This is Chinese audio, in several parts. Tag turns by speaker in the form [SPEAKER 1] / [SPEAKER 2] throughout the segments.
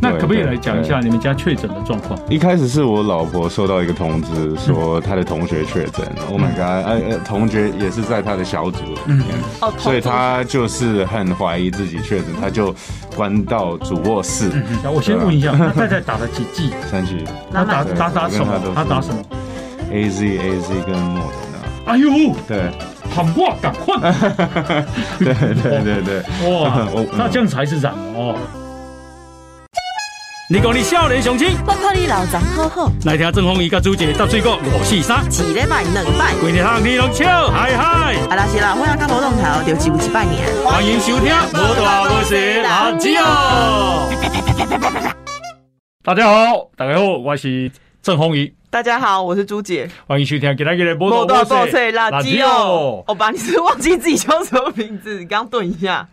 [SPEAKER 1] 那可不可以来讲一下你们家确诊的状况？
[SPEAKER 2] 一开始是我老婆收到一个通知，说她的同学确诊。Oh my god！呃呃，同学也是在她的小组里面，
[SPEAKER 3] 哦，同
[SPEAKER 2] 所以她就是很怀疑自己确诊，她就关到主卧室。
[SPEAKER 1] 那我先问一下，那太太打了几 剂？
[SPEAKER 2] 三去
[SPEAKER 1] 她打
[SPEAKER 2] 对
[SPEAKER 1] 打打什
[SPEAKER 2] 我跟她都
[SPEAKER 1] 么？
[SPEAKER 2] 是
[SPEAKER 1] 她打什么？
[SPEAKER 2] A Z A Z 跟莫德纳。
[SPEAKER 1] 哎呦，
[SPEAKER 2] 对
[SPEAKER 1] 喊话赶快！
[SPEAKER 2] 对对对对，
[SPEAKER 1] 哇
[SPEAKER 2] 我，
[SPEAKER 1] 那这样才是染哦。
[SPEAKER 4] 你讲你少年雄起，
[SPEAKER 3] 我看你老张好好，
[SPEAKER 4] 来听郑鸿仪甲朱姐搭水果五四三，
[SPEAKER 3] 一礼拜两拜，
[SPEAKER 4] 规日通你拢笑嗨嗨，
[SPEAKER 3] 啊啦是啦，我要甲无动头，就只有一拜年。
[SPEAKER 4] 欢迎收听《无大无小辣椒》。
[SPEAKER 1] 哦 大家好，大家好，我是郑红怡，
[SPEAKER 3] 大家好，我是朱姐。
[SPEAKER 1] 欢迎收听《给大家的波
[SPEAKER 3] 莫
[SPEAKER 1] 多
[SPEAKER 3] 多多脆辣鸡哦，
[SPEAKER 1] 哦，
[SPEAKER 3] 欧巴，你是不是忘记自己叫什么名字？你刚刚顿一下，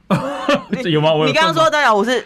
[SPEAKER 1] 这有吗？我有
[SPEAKER 3] 你刚刚
[SPEAKER 1] 动吗
[SPEAKER 3] 说大家好，我是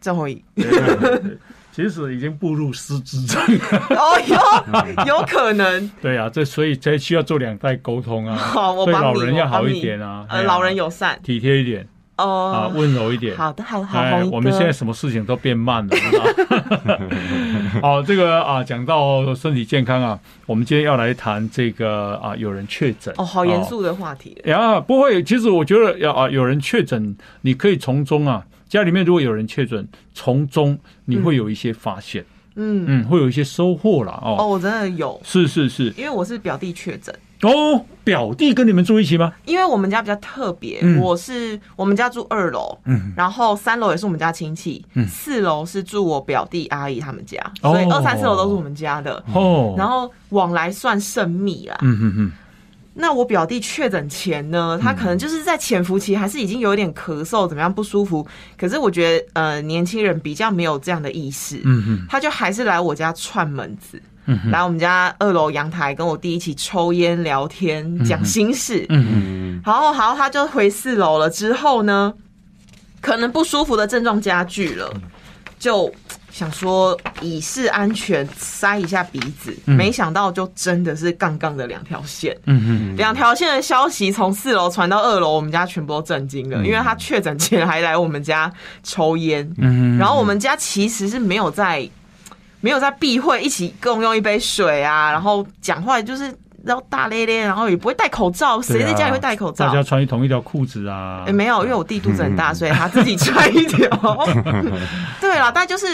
[SPEAKER 3] 郑红怡。
[SPEAKER 1] 其实已经步入失智症。
[SPEAKER 3] 哦哟，有可能。
[SPEAKER 1] 对啊，这所以这需要做两代沟通啊，
[SPEAKER 3] 好，我
[SPEAKER 1] 对
[SPEAKER 3] 帮
[SPEAKER 1] 老
[SPEAKER 3] 你。
[SPEAKER 1] 人要
[SPEAKER 3] 我帮
[SPEAKER 1] 好
[SPEAKER 3] 你
[SPEAKER 1] 一点啊，哎
[SPEAKER 3] 呃，
[SPEAKER 1] 呀
[SPEAKER 3] 老人友善
[SPEAKER 1] 体贴一点啊，
[SPEAKER 3] 哦。
[SPEAKER 1] 温柔一点。
[SPEAKER 3] 好的，好好，
[SPEAKER 1] 哎，
[SPEAKER 3] 红
[SPEAKER 1] 我们现在什么事情都变慢了。你知道 好，这个啊，讲到身体健康啊，我们今天要来谈这个啊，有人确诊啊
[SPEAKER 3] 哦，好严。肃的话题了。
[SPEAKER 1] 呀，不会，其实我觉得要啊，有人确诊，你可以从中啊，家里面如果有人确诊，从中你会有一些发现，
[SPEAKER 3] 嗯，
[SPEAKER 1] 嗯，会有一些收获啦。
[SPEAKER 3] 哦，
[SPEAKER 1] 哦。
[SPEAKER 3] 我真的有，
[SPEAKER 1] 是是是，
[SPEAKER 3] 因为我是表弟确诊，
[SPEAKER 1] 哦，表弟跟你们住一起吗？
[SPEAKER 3] 因为我们家比较特别，
[SPEAKER 1] 嗯
[SPEAKER 3] 我是我们家住二楼，
[SPEAKER 1] 嗯，
[SPEAKER 3] 然后三楼也是我们家亲戚，
[SPEAKER 1] 嗯
[SPEAKER 3] 四楼是住我表弟阿姨他们家，
[SPEAKER 1] 哦
[SPEAKER 3] 所以二三四楼都是我们家的。
[SPEAKER 1] 哦，
[SPEAKER 3] 嗯然后往来算甚密啦。
[SPEAKER 1] 嗯嗯嗯，
[SPEAKER 3] 那我表弟确诊前呢，他可能就是在潜伏期，还是已经有点咳嗽，怎么样不舒服。可是我觉得，呃，年轻人比较没有这样的意识，
[SPEAKER 1] 嗯嗯
[SPEAKER 3] 他就还是来我家串门子，
[SPEAKER 1] 嗯哼
[SPEAKER 3] 来我们家二楼阳台跟我弟一起抽烟聊天，讲心事。
[SPEAKER 1] 嗯
[SPEAKER 2] 嗯，
[SPEAKER 3] 然后，好，他就回四楼了。之后呢，可能不舒服的症状加剧了，就想说以示安全塞一下鼻子，没想到就真的是杠杠的两条线。
[SPEAKER 1] 嗯嗯，
[SPEAKER 3] 两条线的消息从四楼传到二楼，我们家全部都震惊了，因为他确诊前还来我们家抽烟，
[SPEAKER 1] 嗯
[SPEAKER 3] 然后我们家其实是没有在没有在避讳一起共用一杯水啊，然后讲话就是然后大咧咧，然后也不会戴口罩，谁在家里会戴口罩？
[SPEAKER 1] 啊大家穿一同一条裤子啊
[SPEAKER 3] 诶，没有，因为我弟肚子很大，所以他自己穿一条。 对了，但就是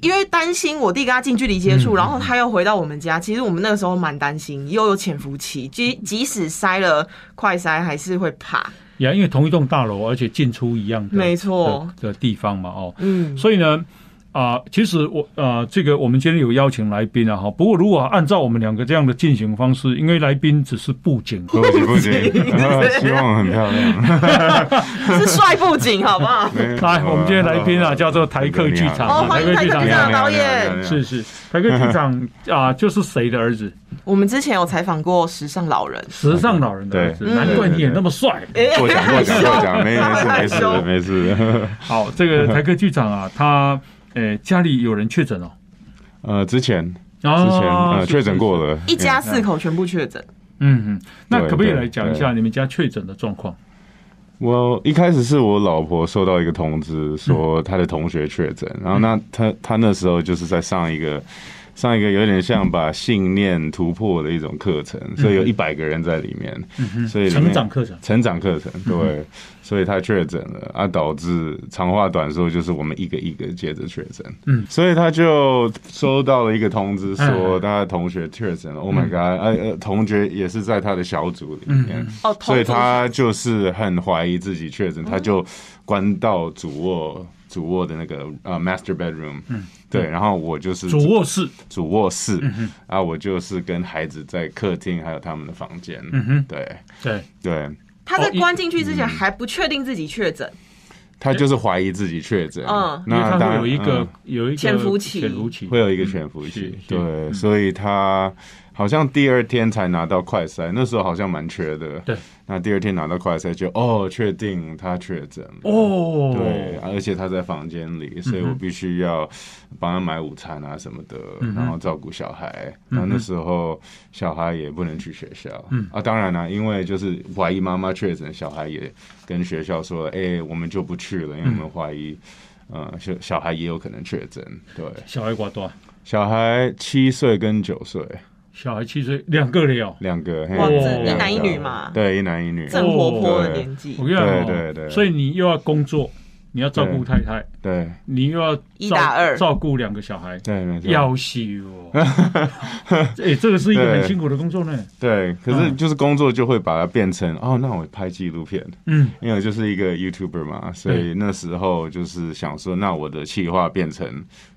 [SPEAKER 3] 因为担心我弟跟他近距离接
[SPEAKER 2] 嗯
[SPEAKER 3] 触，然后他又回到我们家，其实我们那个时候蛮担心，又有潜伏期，即即使塞了快塞，还是会怕。
[SPEAKER 1] 呀，因为同一栋大楼，而且进出一样的，
[SPEAKER 3] 没错
[SPEAKER 1] 的的地方嘛，哦，
[SPEAKER 3] 嗯，
[SPEAKER 1] 所以呢。啊、其实我啊，这个我们今天有邀请来宾啊，哈。不过如果按照我们两个这样的进行方式，因为来宾只是布景，
[SPEAKER 2] 不行不行，啊希望很漂亮。
[SPEAKER 3] 是帅不仅好不好？
[SPEAKER 1] 来，我们今天来宾啊，叫做台客剧场
[SPEAKER 3] 哦
[SPEAKER 1] 啊，
[SPEAKER 3] 欢迎
[SPEAKER 1] 客剧
[SPEAKER 3] 台
[SPEAKER 1] 场
[SPEAKER 3] 客剧
[SPEAKER 1] 啊
[SPEAKER 3] 场导演
[SPEAKER 1] 是是，台客剧场啊，就是谁的儿子？
[SPEAKER 3] 我们之前有采访过时尚 老人，
[SPEAKER 1] 时尚老人的儿子，
[SPEAKER 3] 嗯对
[SPEAKER 1] 难怪你也那么帅。
[SPEAKER 2] 过奖过奖过奖，没没事没事没事。
[SPEAKER 1] 好，这个台客剧场啊，他呃家里有人确诊哦，
[SPEAKER 2] 呃，之前
[SPEAKER 1] 啊
[SPEAKER 2] 之前呃
[SPEAKER 1] 是
[SPEAKER 2] 确诊过了，
[SPEAKER 3] 一家四口全部确诊。
[SPEAKER 1] 嗯嗯，那
[SPEAKER 2] 对
[SPEAKER 1] 可不可以
[SPEAKER 2] 对
[SPEAKER 1] 来讲一下你们家确诊的状况？
[SPEAKER 2] 我一开始是我老婆收到一个通知，说她的同学确诊，然
[SPEAKER 1] 嗯
[SPEAKER 2] 后那她她那时候就是在上一个上一个有点像把信念突破的一种课程，所以有一百个人在里面，所以里面
[SPEAKER 1] 嗯成长嗯课程
[SPEAKER 2] 成长课程对，所以她确诊了啊，导致长话短说就是我们一个一个接着确诊，
[SPEAKER 1] 嗯
[SPEAKER 2] 所以她就收到了一个通知，说
[SPEAKER 1] 嗯
[SPEAKER 2] 她的同学确诊了，Oh my god，呃呃，同学也是在她的小组里面。
[SPEAKER 1] 嗯
[SPEAKER 3] 哦，同
[SPEAKER 2] 所以他就是很怀疑自己确诊，他就关到主卧主卧的那个呃 master bedroom，嗯，对，然后我就是
[SPEAKER 1] 主卧嗯室，
[SPEAKER 2] 主卧室，啊，我就是跟孩子在客厅还有他们的房间，
[SPEAKER 1] 嗯哼，
[SPEAKER 2] 对
[SPEAKER 1] 对，
[SPEAKER 2] 对，
[SPEAKER 3] 他在关进去之前还不确定自己确诊，
[SPEAKER 2] 他就是怀疑自己确诊，
[SPEAKER 3] 嗯
[SPEAKER 1] 因为
[SPEAKER 2] 那
[SPEAKER 1] 它
[SPEAKER 2] 当嗯
[SPEAKER 1] 会有一个有一个
[SPEAKER 3] 潜伏期
[SPEAKER 1] 潜伏期
[SPEAKER 2] 会有一个潜伏期
[SPEAKER 1] 嗯，是
[SPEAKER 2] 对，所以他好像第二天才拿到快筛，那时候好像蛮缺的，
[SPEAKER 1] 对，
[SPEAKER 2] 那第二天拿到快筛就哦，确定他确诊了，
[SPEAKER 1] 哦，嗯
[SPEAKER 2] 对，，而且他在房间里，所以我必须要帮他买午餐啊什么的，
[SPEAKER 1] 嗯
[SPEAKER 2] 然后照顾小孩。然后那时候小孩也不能去学校，
[SPEAKER 1] 嗯
[SPEAKER 2] 啊，当然啦、因为就是怀
[SPEAKER 1] 嗯
[SPEAKER 2] 疑妈妈确诊，小孩也跟学校说，哎、我们就不去了，因为我们怀疑。呃，小小孩也有可能确诊。对，
[SPEAKER 1] 小孩寡多，
[SPEAKER 2] 小孩七岁跟九岁
[SPEAKER 1] 小孩七岁，两个人哦。
[SPEAKER 2] 两个，嘿
[SPEAKER 3] 哇，
[SPEAKER 1] 这
[SPEAKER 2] 两个
[SPEAKER 3] 一男一女嘛
[SPEAKER 2] 对，一男一女，
[SPEAKER 3] 正活泼的年纪
[SPEAKER 1] 我，跟你讲哦，
[SPEAKER 2] 对对对
[SPEAKER 1] 所以你又要工作，你要照顾
[SPEAKER 2] 对
[SPEAKER 1] 太太，
[SPEAKER 2] 对
[SPEAKER 1] 你又要照
[SPEAKER 3] 一打二
[SPEAKER 1] 照顾两个小 孩，
[SPEAKER 2] 对，没错。
[SPEAKER 1] 要死 哦！哎，这个是一个很辛苦的工作呢。
[SPEAKER 2] 对，可是
[SPEAKER 1] 嗯
[SPEAKER 2] 就是工作就会把它变成、哦，那我拍纪录片，
[SPEAKER 1] 嗯，
[SPEAKER 2] 因为我就是一个 YouTuber 嘛，所以那时候就是想说，那我的企划变成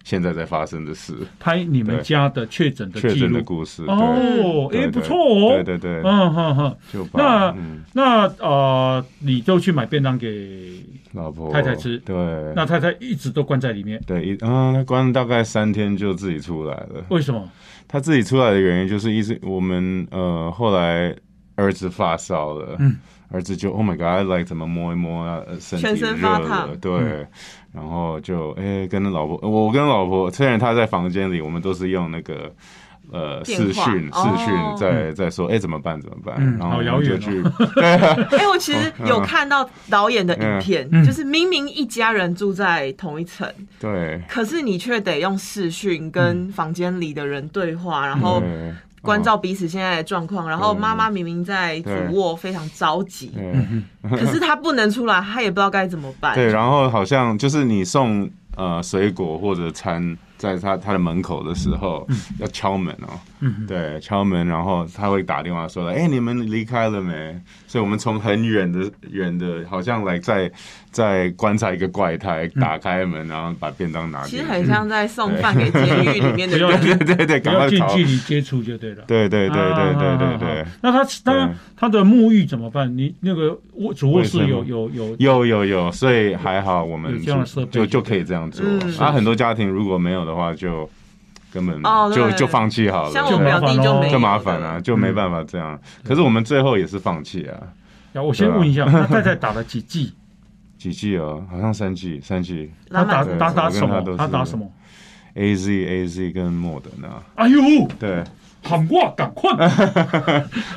[SPEAKER 2] 现在在发生的事，
[SPEAKER 1] 拍你们
[SPEAKER 2] 对
[SPEAKER 1] 家的确诊的
[SPEAKER 2] 确
[SPEAKER 1] 记
[SPEAKER 2] 诊的
[SPEAKER 1] 录。
[SPEAKER 2] 故事。对
[SPEAKER 1] 哦，
[SPEAKER 2] 对
[SPEAKER 1] 哎，
[SPEAKER 2] 对
[SPEAKER 1] 不错哦。
[SPEAKER 2] 对对对，
[SPEAKER 1] 嗯哼哼，
[SPEAKER 2] 就把
[SPEAKER 1] 那
[SPEAKER 2] 嗯
[SPEAKER 1] 那呃，你都去买便当给
[SPEAKER 2] 老婆
[SPEAKER 1] 太太吃
[SPEAKER 2] 对，
[SPEAKER 1] 那太太，一直都关在里面，
[SPEAKER 2] 对一嗯，他关了大概三天就自己出来了。
[SPEAKER 1] 为什么？
[SPEAKER 2] 他自己出来的原因就是，一直我们呃后来儿子发烧了，
[SPEAKER 1] 嗯
[SPEAKER 2] 儿子就 Oh my God，like 怎么摸一摸啊，呃身体
[SPEAKER 3] 全身发
[SPEAKER 2] 热
[SPEAKER 3] 烫
[SPEAKER 2] 了，对，
[SPEAKER 1] 嗯
[SPEAKER 2] 然后就哎、跟老婆，我跟老婆虽然他在房间里，我们都是用那个。呃，
[SPEAKER 3] 电
[SPEAKER 2] 视
[SPEAKER 3] 话
[SPEAKER 2] 讯视
[SPEAKER 3] 哦
[SPEAKER 2] 讯在在说，哎、怎么办？怎么办？
[SPEAKER 1] 嗯
[SPEAKER 2] 然后
[SPEAKER 1] 好
[SPEAKER 2] 我
[SPEAKER 1] 遥
[SPEAKER 2] 们就
[SPEAKER 1] 远哦
[SPEAKER 2] 去，
[SPEAKER 3] 哎、我其实有看到导演的影片，
[SPEAKER 1] 嗯
[SPEAKER 3] 就是明明一家人住在同一层，
[SPEAKER 2] 对，
[SPEAKER 3] 可是你却得用视讯跟房间里的人对话，然后
[SPEAKER 2] 对
[SPEAKER 3] 哦
[SPEAKER 2] 嗯
[SPEAKER 3] 关照彼此现在的状况。然后妈妈明明在主卧非常着急，
[SPEAKER 2] 对
[SPEAKER 1] 嗯
[SPEAKER 3] 可是她不能出来，她也不知道该怎么办。
[SPEAKER 2] 对，然后好像就是你送呃水果或者餐在他他的门口的时候，要敲门哦，
[SPEAKER 1] 嗯
[SPEAKER 2] 对，敲门，然后他会打电话说，哎、你们离开了没？所以我们从很远的远的，好像来在在观察一个怪胎，打开门，然后把便当拿
[SPEAKER 3] 其
[SPEAKER 2] 进
[SPEAKER 3] 实
[SPEAKER 2] 去，
[SPEAKER 3] 很像在送饭给监狱里 面的
[SPEAKER 1] 不要
[SPEAKER 3] 人。
[SPEAKER 2] 对对对对，
[SPEAKER 1] 不
[SPEAKER 2] 赶
[SPEAKER 1] 要
[SPEAKER 2] 快
[SPEAKER 1] 近
[SPEAKER 2] 逃，
[SPEAKER 1] 距离接触就对了。
[SPEAKER 2] 对对对对对对
[SPEAKER 1] 啊
[SPEAKER 2] 对
[SPEAKER 1] 啊啊。那他他
[SPEAKER 2] 对
[SPEAKER 1] 他的沐浴怎么办？你那个卧主卧室
[SPEAKER 2] 卫生
[SPEAKER 1] 有
[SPEAKER 2] 吗
[SPEAKER 1] 有有
[SPEAKER 2] 有有有，所以还好我们
[SPEAKER 1] 有这样的设
[SPEAKER 2] 就
[SPEAKER 1] 备就
[SPEAKER 2] 就就可以这样做
[SPEAKER 3] 嗯。
[SPEAKER 2] 啊，很多家庭如果没有的话，就根本
[SPEAKER 3] 哦
[SPEAKER 2] 就
[SPEAKER 3] 对
[SPEAKER 2] 就放弃好了，
[SPEAKER 3] 像
[SPEAKER 1] 就
[SPEAKER 3] 我
[SPEAKER 1] 麻
[SPEAKER 3] 表
[SPEAKER 1] 烦
[SPEAKER 3] 弟
[SPEAKER 1] 咯
[SPEAKER 3] 就没有
[SPEAKER 2] 就麻烦啊了、
[SPEAKER 3] 的
[SPEAKER 2] 就没办法这样。
[SPEAKER 1] 嗯
[SPEAKER 2] 可是我们最后也是放弃啊，
[SPEAKER 1] 啊我先问一下，他太太打了几剂？
[SPEAKER 2] 几剂哦，好像三剂，三剂
[SPEAKER 1] 他
[SPEAKER 3] 拉
[SPEAKER 1] 打
[SPEAKER 3] 满
[SPEAKER 2] 对
[SPEAKER 1] 打打
[SPEAKER 2] 我跟
[SPEAKER 1] 什
[SPEAKER 2] 他都
[SPEAKER 1] 么？
[SPEAKER 2] 是
[SPEAKER 1] 他打什么？
[SPEAKER 2] A Z A Z 跟莫德纳，
[SPEAKER 1] 哎呦，
[SPEAKER 2] 对
[SPEAKER 1] 喊我赶快！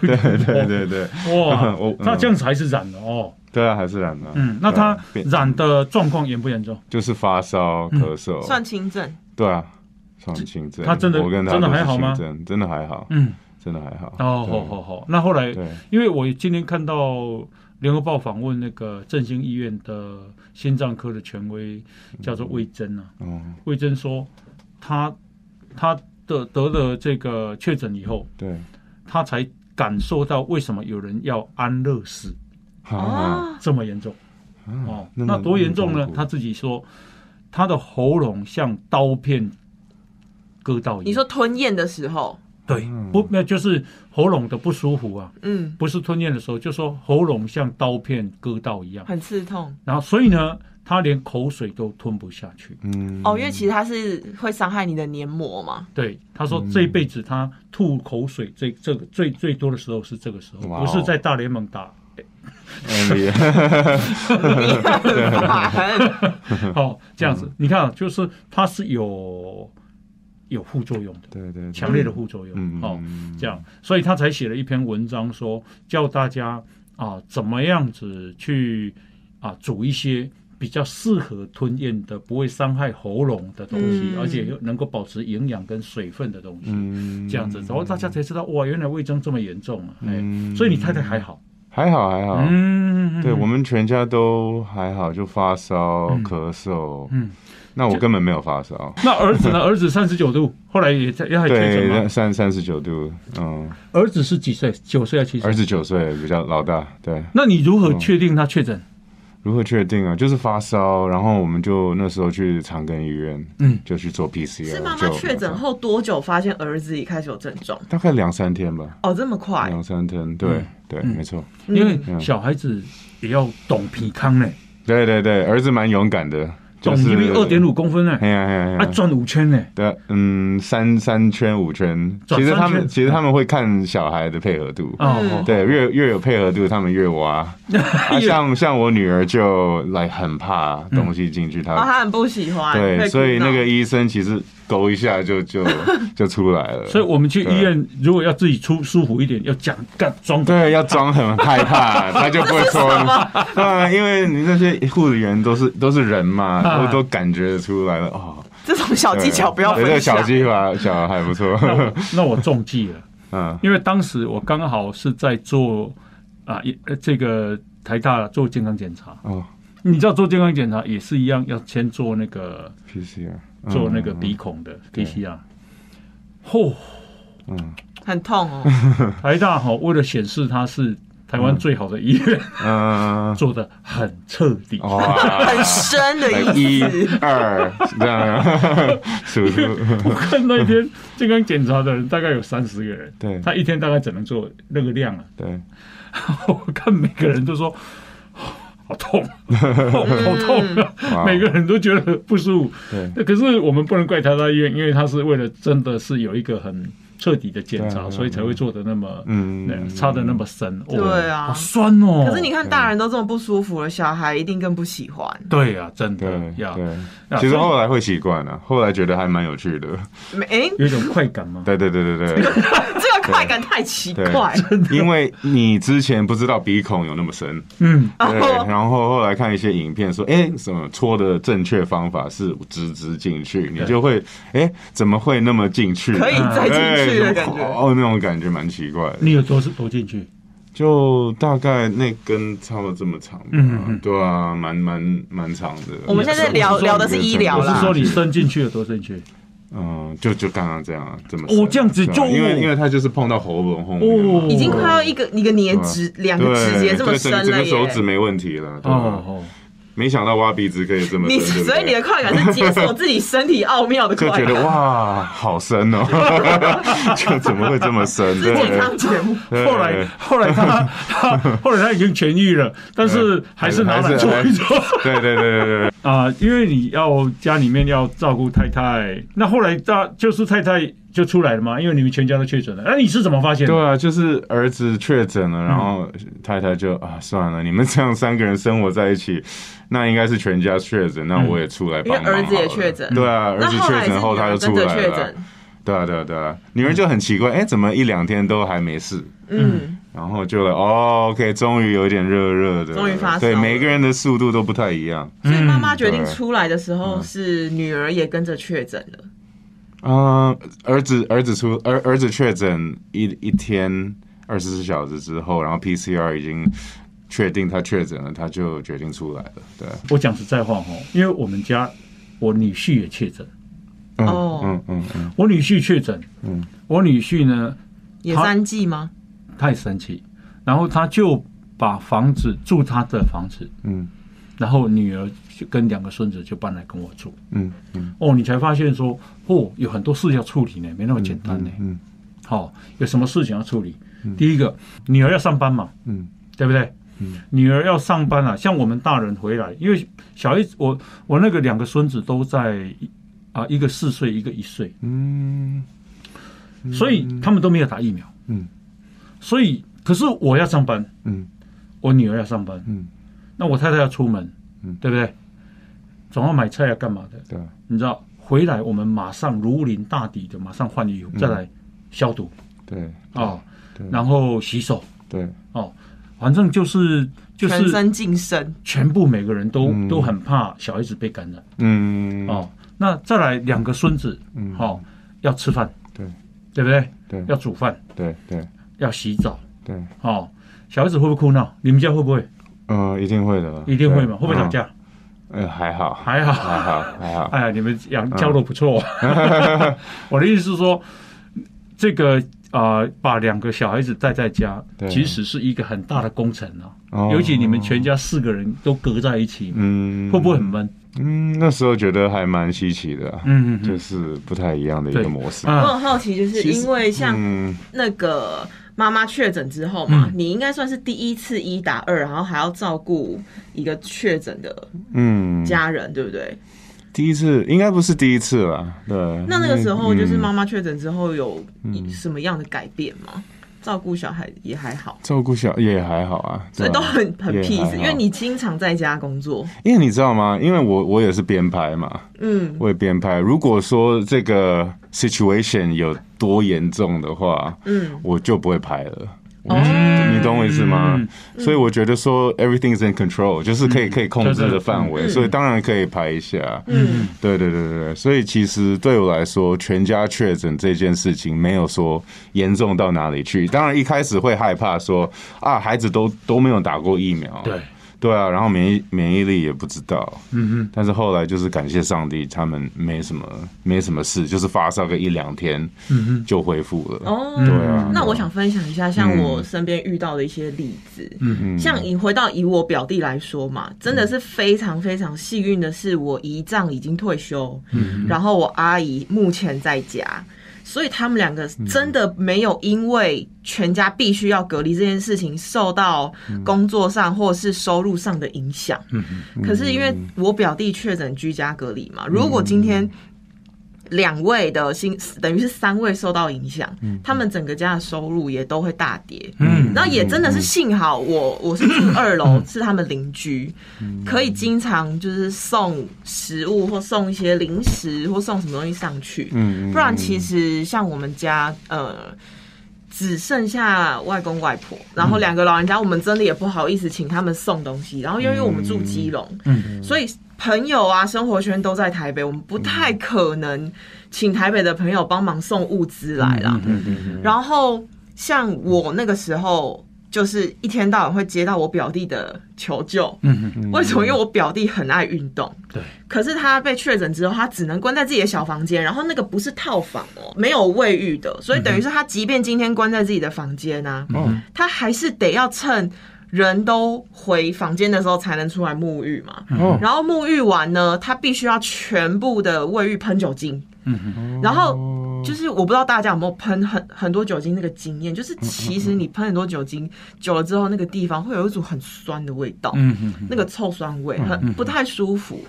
[SPEAKER 2] 对对对对
[SPEAKER 1] 哇
[SPEAKER 2] 我，嗯
[SPEAKER 1] 那这样子还是染了哦。
[SPEAKER 2] 对啊，还是染了、
[SPEAKER 1] 嗯，那
[SPEAKER 2] 对啊
[SPEAKER 1] 他
[SPEAKER 2] 变
[SPEAKER 1] 染的状况严不严重？
[SPEAKER 2] 就是发烧、咳嗽，
[SPEAKER 3] 算轻症，
[SPEAKER 2] 对啊，算轻症。
[SPEAKER 1] 他真的
[SPEAKER 2] 我跟他
[SPEAKER 1] 真的
[SPEAKER 2] 都是
[SPEAKER 1] 还好吗
[SPEAKER 2] 轻症？真的还好，
[SPEAKER 1] 嗯，
[SPEAKER 2] 真的还好。
[SPEAKER 1] 哦，
[SPEAKER 2] 对
[SPEAKER 1] 好好好。那后来，
[SPEAKER 2] 对
[SPEAKER 1] 因为我今天看到。联合报访问那个振兴医院的心脏科的权威，叫做魏征啊，
[SPEAKER 2] 嗯，
[SPEAKER 1] 魏征说，他他的得了这个确诊以后，
[SPEAKER 2] 对
[SPEAKER 1] 他才感受到为什么有人要安乐死
[SPEAKER 2] 啊
[SPEAKER 1] 这么严重哦
[SPEAKER 2] 哦。
[SPEAKER 1] 那多严重呢？他自己说，他的喉咙像刀片割到一样。
[SPEAKER 3] 你说吞咽的时候，
[SPEAKER 1] 对，
[SPEAKER 2] 嗯
[SPEAKER 1] 不，那就是喉咙的不舒服啊，
[SPEAKER 3] 嗯，
[SPEAKER 1] 不是吞咽的时候，就说喉咙像刀片割到一样。
[SPEAKER 3] 很刺痛
[SPEAKER 1] 然后所以呢，他连口水都吞不下去。
[SPEAKER 2] 嗯
[SPEAKER 3] 哦，因为其实它是会伤害你的黏膜嘛。
[SPEAKER 1] 对，他
[SPEAKER 2] 嗯
[SPEAKER 1] 说这一辈子他吐口水最这个最最多的时候是这个时候，
[SPEAKER 2] 哇
[SPEAKER 1] 不
[SPEAKER 2] 哦
[SPEAKER 1] 是在大联盟 打。
[SPEAKER 3] 你很烦，
[SPEAKER 1] 哦，这样子，
[SPEAKER 2] 嗯
[SPEAKER 1] 你看啊，就是它是有有副作用的，
[SPEAKER 2] 对对
[SPEAKER 1] 强烈的副作用。
[SPEAKER 2] 嗯
[SPEAKER 1] 哦，这样，所以他才写了一篇文章说，教大家啊怎么样子去啊煮一些。比较适合吞咽的，不会伤害喉咙的东西，
[SPEAKER 3] 嗯
[SPEAKER 1] 而且又能够保持营养跟水分的东西，
[SPEAKER 2] 嗯
[SPEAKER 1] 这样子，然后大家才知道哇，原来胃症这么严重啊！哎、
[SPEAKER 2] 嗯
[SPEAKER 1] 所以你太太还好，
[SPEAKER 2] 还好还好，
[SPEAKER 1] 嗯，
[SPEAKER 2] 对我们全家都还好，就发烧、
[SPEAKER 1] 嗯
[SPEAKER 2] 咳嗽。
[SPEAKER 1] 嗯
[SPEAKER 2] 那我根本没有发烧，
[SPEAKER 1] 那儿子呢？儿子三十九度，后来也在也还确诊吗
[SPEAKER 2] 对，？三三十九度，嗯，
[SPEAKER 1] 儿子是几岁？九岁还是七岁
[SPEAKER 2] 二？十九岁比较老大，对。
[SPEAKER 1] 那你如何确定他确诊？
[SPEAKER 2] 如何确定啊？就是发烧，然后我们就那时候去长庚医院，
[SPEAKER 1] 嗯，
[SPEAKER 2] 就去做 PCR，
[SPEAKER 3] 是妈妈
[SPEAKER 2] 就
[SPEAKER 3] 确诊，后多久发现儿子也开始有症状？
[SPEAKER 2] 大概两三天吧，
[SPEAKER 3] 哦，这么快，
[SPEAKER 2] 两三天，对对，
[SPEAKER 1] 哎嗯
[SPEAKER 2] 没错，
[SPEAKER 3] 嗯
[SPEAKER 1] 因为小孩子也要懂皮康呢，
[SPEAKER 2] 对对对，儿子蛮勇敢的，
[SPEAKER 1] 懂
[SPEAKER 2] 就
[SPEAKER 1] 皮
[SPEAKER 2] 是
[SPEAKER 1] 比二点五公分呢，
[SPEAKER 2] 哎呀哎呀哎
[SPEAKER 1] 啊
[SPEAKER 2] 呀，
[SPEAKER 1] 转五圈呢。
[SPEAKER 2] 对，嗯，三三圈五圈，
[SPEAKER 1] 转
[SPEAKER 2] 其实他
[SPEAKER 1] 三圈嗯
[SPEAKER 2] 们其实他们会看小孩的配合度，
[SPEAKER 1] 哦，
[SPEAKER 2] 对，越越有配合度，他们越 挖。啊、像像我女儿就来很怕东西进去，
[SPEAKER 3] 哦，
[SPEAKER 2] 她、
[SPEAKER 3] 他很不喜欢，会
[SPEAKER 2] 对，
[SPEAKER 3] 哭
[SPEAKER 2] 所以那
[SPEAKER 3] 闹
[SPEAKER 2] 个医生其实勾一下就 就就出来了。
[SPEAKER 1] 所以我们去医院，如果要自己出舒服一点，要讲干装的。
[SPEAKER 2] 啊对，要装很 害 怕，他就不会说。对啊，因为你这些护理员都是都是人嘛，
[SPEAKER 1] 啊啊
[SPEAKER 2] 我都感觉得出来了哦。
[SPEAKER 3] 这种小技巧不要
[SPEAKER 2] 对这
[SPEAKER 3] 分
[SPEAKER 2] 个小
[SPEAKER 3] 享。
[SPEAKER 2] 技巧小还不错。
[SPEAKER 1] 那我那我中计了，
[SPEAKER 2] 嗯
[SPEAKER 1] 因为当时我刚好是在做啊，一呃这个台大做健康检查。
[SPEAKER 2] 哦
[SPEAKER 1] 你知道做健康检查也是一样，要先做那个
[SPEAKER 2] ，PCR
[SPEAKER 1] 做那个鼻孔的
[SPEAKER 2] 对
[SPEAKER 1] PCR。嚯、
[SPEAKER 3] 很痛哦，
[SPEAKER 1] 台大哈、为了显示它是台湾最好的医 院，
[SPEAKER 2] 嗯，哦
[SPEAKER 1] 做的很彻底。
[SPEAKER 2] 哇，
[SPEAKER 3] 很深的
[SPEAKER 2] 一
[SPEAKER 3] 意思。
[SPEAKER 2] 二这样， 数数，
[SPEAKER 1] 我看那一天健康检查的人大概有三十个人，
[SPEAKER 2] 对
[SPEAKER 1] 他一天大概只能做那个量啊。
[SPEAKER 2] 对，
[SPEAKER 1] 我看每个人都说 好痛， 好痛啊！
[SPEAKER 2] 嗯哇
[SPEAKER 1] 每个人都觉得不舒服。
[SPEAKER 2] 对
[SPEAKER 1] 那可是我们不能怪台大医院，因为他是为了真的是有一个很彻底的检
[SPEAKER 2] 对啊对
[SPEAKER 1] 查，
[SPEAKER 2] 啊
[SPEAKER 1] 所以才会做的那么
[SPEAKER 2] 嗯
[SPEAKER 1] 那插的那么深。哦
[SPEAKER 3] 对啊
[SPEAKER 1] 好酸哦。
[SPEAKER 3] 可是你看，大人都这么不舒服了，小孩一定更不喜欢。
[SPEAKER 1] 对呀，真的
[SPEAKER 2] 对
[SPEAKER 1] 呀，
[SPEAKER 2] 对，其实后来会习惯了，后来觉得还蛮有趣的。
[SPEAKER 3] 没，哎，
[SPEAKER 1] 有一种快感吗？
[SPEAKER 2] 对对对对对。
[SPEAKER 3] 这个快感太奇怪。
[SPEAKER 2] 因为你之前不知道鼻孔有那么深，
[SPEAKER 1] 嗯，
[SPEAKER 2] 对，
[SPEAKER 3] 哦
[SPEAKER 2] 然后后来看一些影片说，哎，什么戳的正确方法是直直进去，你就会，哎，怎么会那么进去？
[SPEAKER 3] 可以再进去的感
[SPEAKER 2] 哎
[SPEAKER 3] 觉。
[SPEAKER 2] 哦，那种感觉蛮奇怪的，
[SPEAKER 1] 你有多多进去？
[SPEAKER 2] 就大概那根差不多这么长吧，
[SPEAKER 1] 嗯嗯嗯
[SPEAKER 2] 对啊，蛮蛮蛮长的。
[SPEAKER 3] 我们现在聊
[SPEAKER 1] 我是说
[SPEAKER 3] 聊的是医疗
[SPEAKER 1] 我是
[SPEAKER 3] 啦
[SPEAKER 1] 说，你伸进去有多进去？
[SPEAKER 2] 嗯，就就刚刚这样，这么
[SPEAKER 1] 哦
[SPEAKER 2] 深
[SPEAKER 1] 这样子
[SPEAKER 2] 对啊
[SPEAKER 1] 就
[SPEAKER 2] 因为因为它就是碰到喉咙后面嘛
[SPEAKER 1] 哦，
[SPEAKER 3] 已经快要一个一个
[SPEAKER 2] 对
[SPEAKER 3] 年
[SPEAKER 2] 啊
[SPEAKER 3] 指两个
[SPEAKER 2] 对
[SPEAKER 3] 指节这么
[SPEAKER 2] 对
[SPEAKER 3] 深
[SPEAKER 2] 整整
[SPEAKER 3] 了
[SPEAKER 2] 个手指
[SPEAKER 3] 耶。
[SPEAKER 2] 没问题了，对啊
[SPEAKER 1] 哦哦，
[SPEAKER 2] 没想到挖鼻子可以这么
[SPEAKER 3] 你
[SPEAKER 2] 深，对不
[SPEAKER 3] 所
[SPEAKER 2] 对
[SPEAKER 3] 以你的快感是接受自己身体奥妙的
[SPEAKER 2] 就
[SPEAKER 3] 快
[SPEAKER 2] 觉
[SPEAKER 3] 感。
[SPEAKER 2] 得哇，好深哦， 就怎么会这么深？
[SPEAKER 3] 是
[SPEAKER 2] 对
[SPEAKER 3] 健康节目，
[SPEAKER 2] 对
[SPEAKER 1] 后来后来 他他后来他已经痊愈了，但是还是拿来做一做
[SPEAKER 2] 对对对对对，
[SPEAKER 1] 啊，因为你要家里面要照顾太太，那后来大就是太太就出来了嘛，因为你们全家都确诊了，那你是怎么发现的？
[SPEAKER 2] 对啊，就是儿子确诊了，然后太太就啊算了，你们这样三个人生活在一起，那应该是全家确诊，那我也出来帮忙好了。
[SPEAKER 3] 因为儿子也确诊
[SPEAKER 2] 对啊，儿
[SPEAKER 3] 那
[SPEAKER 2] 子
[SPEAKER 3] 后来
[SPEAKER 2] 确
[SPEAKER 3] 是
[SPEAKER 2] 诊后
[SPEAKER 3] 女
[SPEAKER 2] 他
[SPEAKER 3] 儿
[SPEAKER 2] 就
[SPEAKER 3] 真
[SPEAKER 2] 出
[SPEAKER 3] 的
[SPEAKER 2] 来
[SPEAKER 3] 确
[SPEAKER 2] 了
[SPEAKER 3] 诊，，
[SPEAKER 2] 对啊对啊对啊，女人就很奇怪，哎，怎么一两天都还没事？
[SPEAKER 3] 嗯，
[SPEAKER 2] 然后就来哦，OK，终于有点热热的，
[SPEAKER 3] 终于发烧
[SPEAKER 2] 对，
[SPEAKER 3] 了
[SPEAKER 2] 每个人的速度都不太一样。
[SPEAKER 3] 所以妈妈决定
[SPEAKER 2] 嗯对
[SPEAKER 3] 出来的时候是女儿也跟着确诊了，
[SPEAKER 2] 嗯，儿子儿子出儿儿子确诊一一天二十四小时之后，然后 PCR 已经确定他确诊了，他就决定出来了。对，
[SPEAKER 1] 我讲实在话哦，因为我们家我女婿也确诊，
[SPEAKER 2] 嗯
[SPEAKER 3] 哦
[SPEAKER 2] 嗯嗯嗯，
[SPEAKER 1] 我女婿确诊，嗯，我女婿呢
[SPEAKER 3] 也
[SPEAKER 1] 她
[SPEAKER 3] 三剂吗？
[SPEAKER 1] 太生气，然后他就把房子住他的房子，
[SPEAKER 2] 嗯，
[SPEAKER 1] 然后女儿就跟两个孙子就搬来跟我住，
[SPEAKER 2] 嗯嗯
[SPEAKER 1] 哦，你才发现说，哦，有很多事要处理呢，没那么简单呢。
[SPEAKER 2] 嗯
[SPEAKER 1] 好、有什么事情要处理？第一个，女儿要上班嘛，
[SPEAKER 2] 嗯
[SPEAKER 1] 对不对？女儿要上班啊，像我们大人回来，因为小孩子，我我那个两个孙子都在啊，一个四岁，一个一岁，
[SPEAKER 2] 嗯
[SPEAKER 1] 所以他们都没有打疫苗。
[SPEAKER 2] 嗯，
[SPEAKER 1] 所以可是我要上班，
[SPEAKER 2] 嗯
[SPEAKER 1] 我女儿要上班，
[SPEAKER 2] 嗯，
[SPEAKER 1] 那我太太要出门，
[SPEAKER 2] 嗯
[SPEAKER 1] 对不对？总要买菜啊要干嘛的？
[SPEAKER 2] 对，
[SPEAKER 1] 你知道，回来我们马上如临大敌的，马上换衣服，再来消毒
[SPEAKER 2] 嗯对
[SPEAKER 1] 啊、
[SPEAKER 2] 对
[SPEAKER 1] 然后洗手
[SPEAKER 2] 对，
[SPEAKER 1] 哦，反正就是就
[SPEAKER 3] 全
[SPEAKER 1] 是
[SPEAKER 3] 身净身，
[SPEAKER 1] 全部每个人都、
[SPEAKER 2] 嗯
[SPEAKER 1] 都很怕小孩子被感染
[SPEAKER 2] 嗯
[SPEAKER 1] 哦。那再来两个孙子，
[SPEAKER 2] 嗯
[SPEAKER 1] 哦，要吃饭，
[SPEAKER 2] 对嗯
[SPEAKER 1] 对不对？
[SPEAKER 2] 对
[SPEAKER 1] 要煮饭，
[SPEAKER 2] 对对
[SPEAKER 1] 要洗澡，
[SPEAKER 2] 对，
[SPEAKER 1] 哦。小孩子会不会哭闹？你们家会不会？
[SPEAKER 2] 呃，一定会的啦，
[SPEAKER 1] 一定会
[SPEAKER 2] 对
[SPEAKER 1] 嘛？会不会打？架？
[SPEAKER 2] 嗯呃，还好，
[SPEAKER 1] 还好，嗯
[SPEAKER 2] 还好，还好，
[SPEAKER 1] 哎呀，你们养教的不错。 我的意思是说，这个啊、呃把两个小孩子带在家，
[SPEAKER 2] 对
[SPEAKER 1] 其实是一个很大的工程啊。
[SPEAKER 2] 哦
[SPEAKER 1] 尤其你们全家四个人都隔在一起，
[SPEAKER 2] 嗯，
[SPEAKER 1] 会不会很？闷？
[SPEAKER 2] 嗯，那时候觉得还蛮稀奇的啊，
[SPEAKER 1] 嗯
[SPEAKER 2] 就
[SPEAKER 1] 嗯
[SPEAKER 2] 是不太一样的一
[SPEAKER 1] 对
[SPEAKER 2] 个模式
[SPEAKER 1] 嗯。
[SPEAKER 3] 我
[SPEAKER 1] 啊，
[SPEAKER 3] 很好奇，就是
[SPEAKER 2] 其实
[SPEAKER 3] 因为像
[SPEAKER 2] 嗯，
[SPEAKER 3] 那个妈妈确诊之后嘛，
[SPEAKER 1] 嗯
[SPEAKER 3] 你应该算是第一次一打二，然后还要照顾一个确诊的
[SPEAKER 2] 嗯，
[SPEAKER 3] 家人，对不对？
[SPEAKER 2] 第一次应该不是第一次啦，对。
[SPEAKER 3] 那那个时候就是
[SPEAKER 2] 嗯
[SPEAKER 3] 妈妈确诊之后有什么样的改变吗？
[SPEAKER 2] 嗯
[SPEAKER 3] 照顾小孩也还好，
[SPEAKER 2] 照顾小也还好啊，
[SPEAKER 3] 所以都
[SPEAKER 2] 对啊
[SPEAKER 3] 很很
[SPEAKER 2] 也还
[SPEAKER 3] peace，
[SPEAKER 2] 好
[SPEAKER 3] 因为你经常在家工作，
[SPEAKER 2] 因为你知道吗？因为我我也是编拍嘛，
[SPEAKER 3] 嗯，
[SPEAKER 2] 我也编拍。如果说这个 situation 有多严重的话，
[SPEAKER 3] 嗯，
[SPEAKER 2] 我就不会拍了。
[SPEAKER 3] 哦
[SPEAKER 2] 你懂我意思吗？所以我觉得说 everything is in control，就是可以可以控制的范围，所以当然可以排一下。嗯，对对对对对，所以其实对我来说，全家确诊这件事情没有说严重到哪里去。当然一开始会害怕说啊，孩子都都没有打过疫苗，
[SPEAKER 1] 对，
[SPEAKER 2] 对啊，然后免疫免疫力也不知道，嗯哼。但是后来就是感谢上帝，他们没什么没什么事，就是发烧个一两天，嗯哼，就恢复了。
[SPEAKER 3] 哦
[SPEAKER 2] 对啊，
[SPEAKER 3] 那我想分享一下，像我身边遇到的一些例子。嗯嗯，像以回到以我表弟来说嘛，真的是非常非常幸运的是，我姨丈已经退休，嗯，然后我阿姨目前在家，所以他们两个真的没有因为全家必须要隔离这件事情受到工作上或是收入上的影响。嗯，可是因为我表弟确诊居家隔离嘛，如果今天两位的薪，等于是三位受到影响，他们整个家的收入也都会大跌。嗯，然后也真的是幸好我我是住二楼，是他们邻居，可以经常就是送食物或送一些零食或送什么东西上去。
[SPEAKER 2] 嗯嗯
[SPEAKER 3] 不然其实像我们家呃。只剩下外公外婆，然后两个老人家，我们真的也不好意思请他们送东西。然后因为我们住基隆，所以朋友啊、生活圈都在台北，我们不太可能请台北的朋友帮忙送物资
[SPEAKER 1] 嗯
[SPEAKER 3] 来啦。然后像我那个时候，就是一天到晚会接到我表弟的求救。
[SPEAKER 1] 嗯
[SPEAKER 3] 为什么？因为我表弟很爱运动。
[SPEAKER 1] 对。
[SPEAKER 3] 可是他被确诊之后，他只能关在自己的小房间，然后那个不是套房哦，没有卫浴的，所以等于是他即便今天关在自己的房间啊，
[SPEAKER 2] 哦
[SPEAKER 3] 他还是得要趁人都回房间的时候才能出来沐浴嘛。
[SPEAKER 2] 哦
[SPEAKER 3] 然后沐浴完呢，他必须要全部的卫浴喷酒精。然
[SPEAKER 2] 哦
[SPEAKER 3] 后
[SPEAKER 2] 嗯
[SPEAKER 3] 就是我不知道大家有没有喷很很多酒精那个经验，就是其实你喷很多酒精久了之后，那个地方会有一种很酸的味道，
[SPEAKER 1] 嗯
[SPEAKER 3] 那个臭酸味很不太舒服。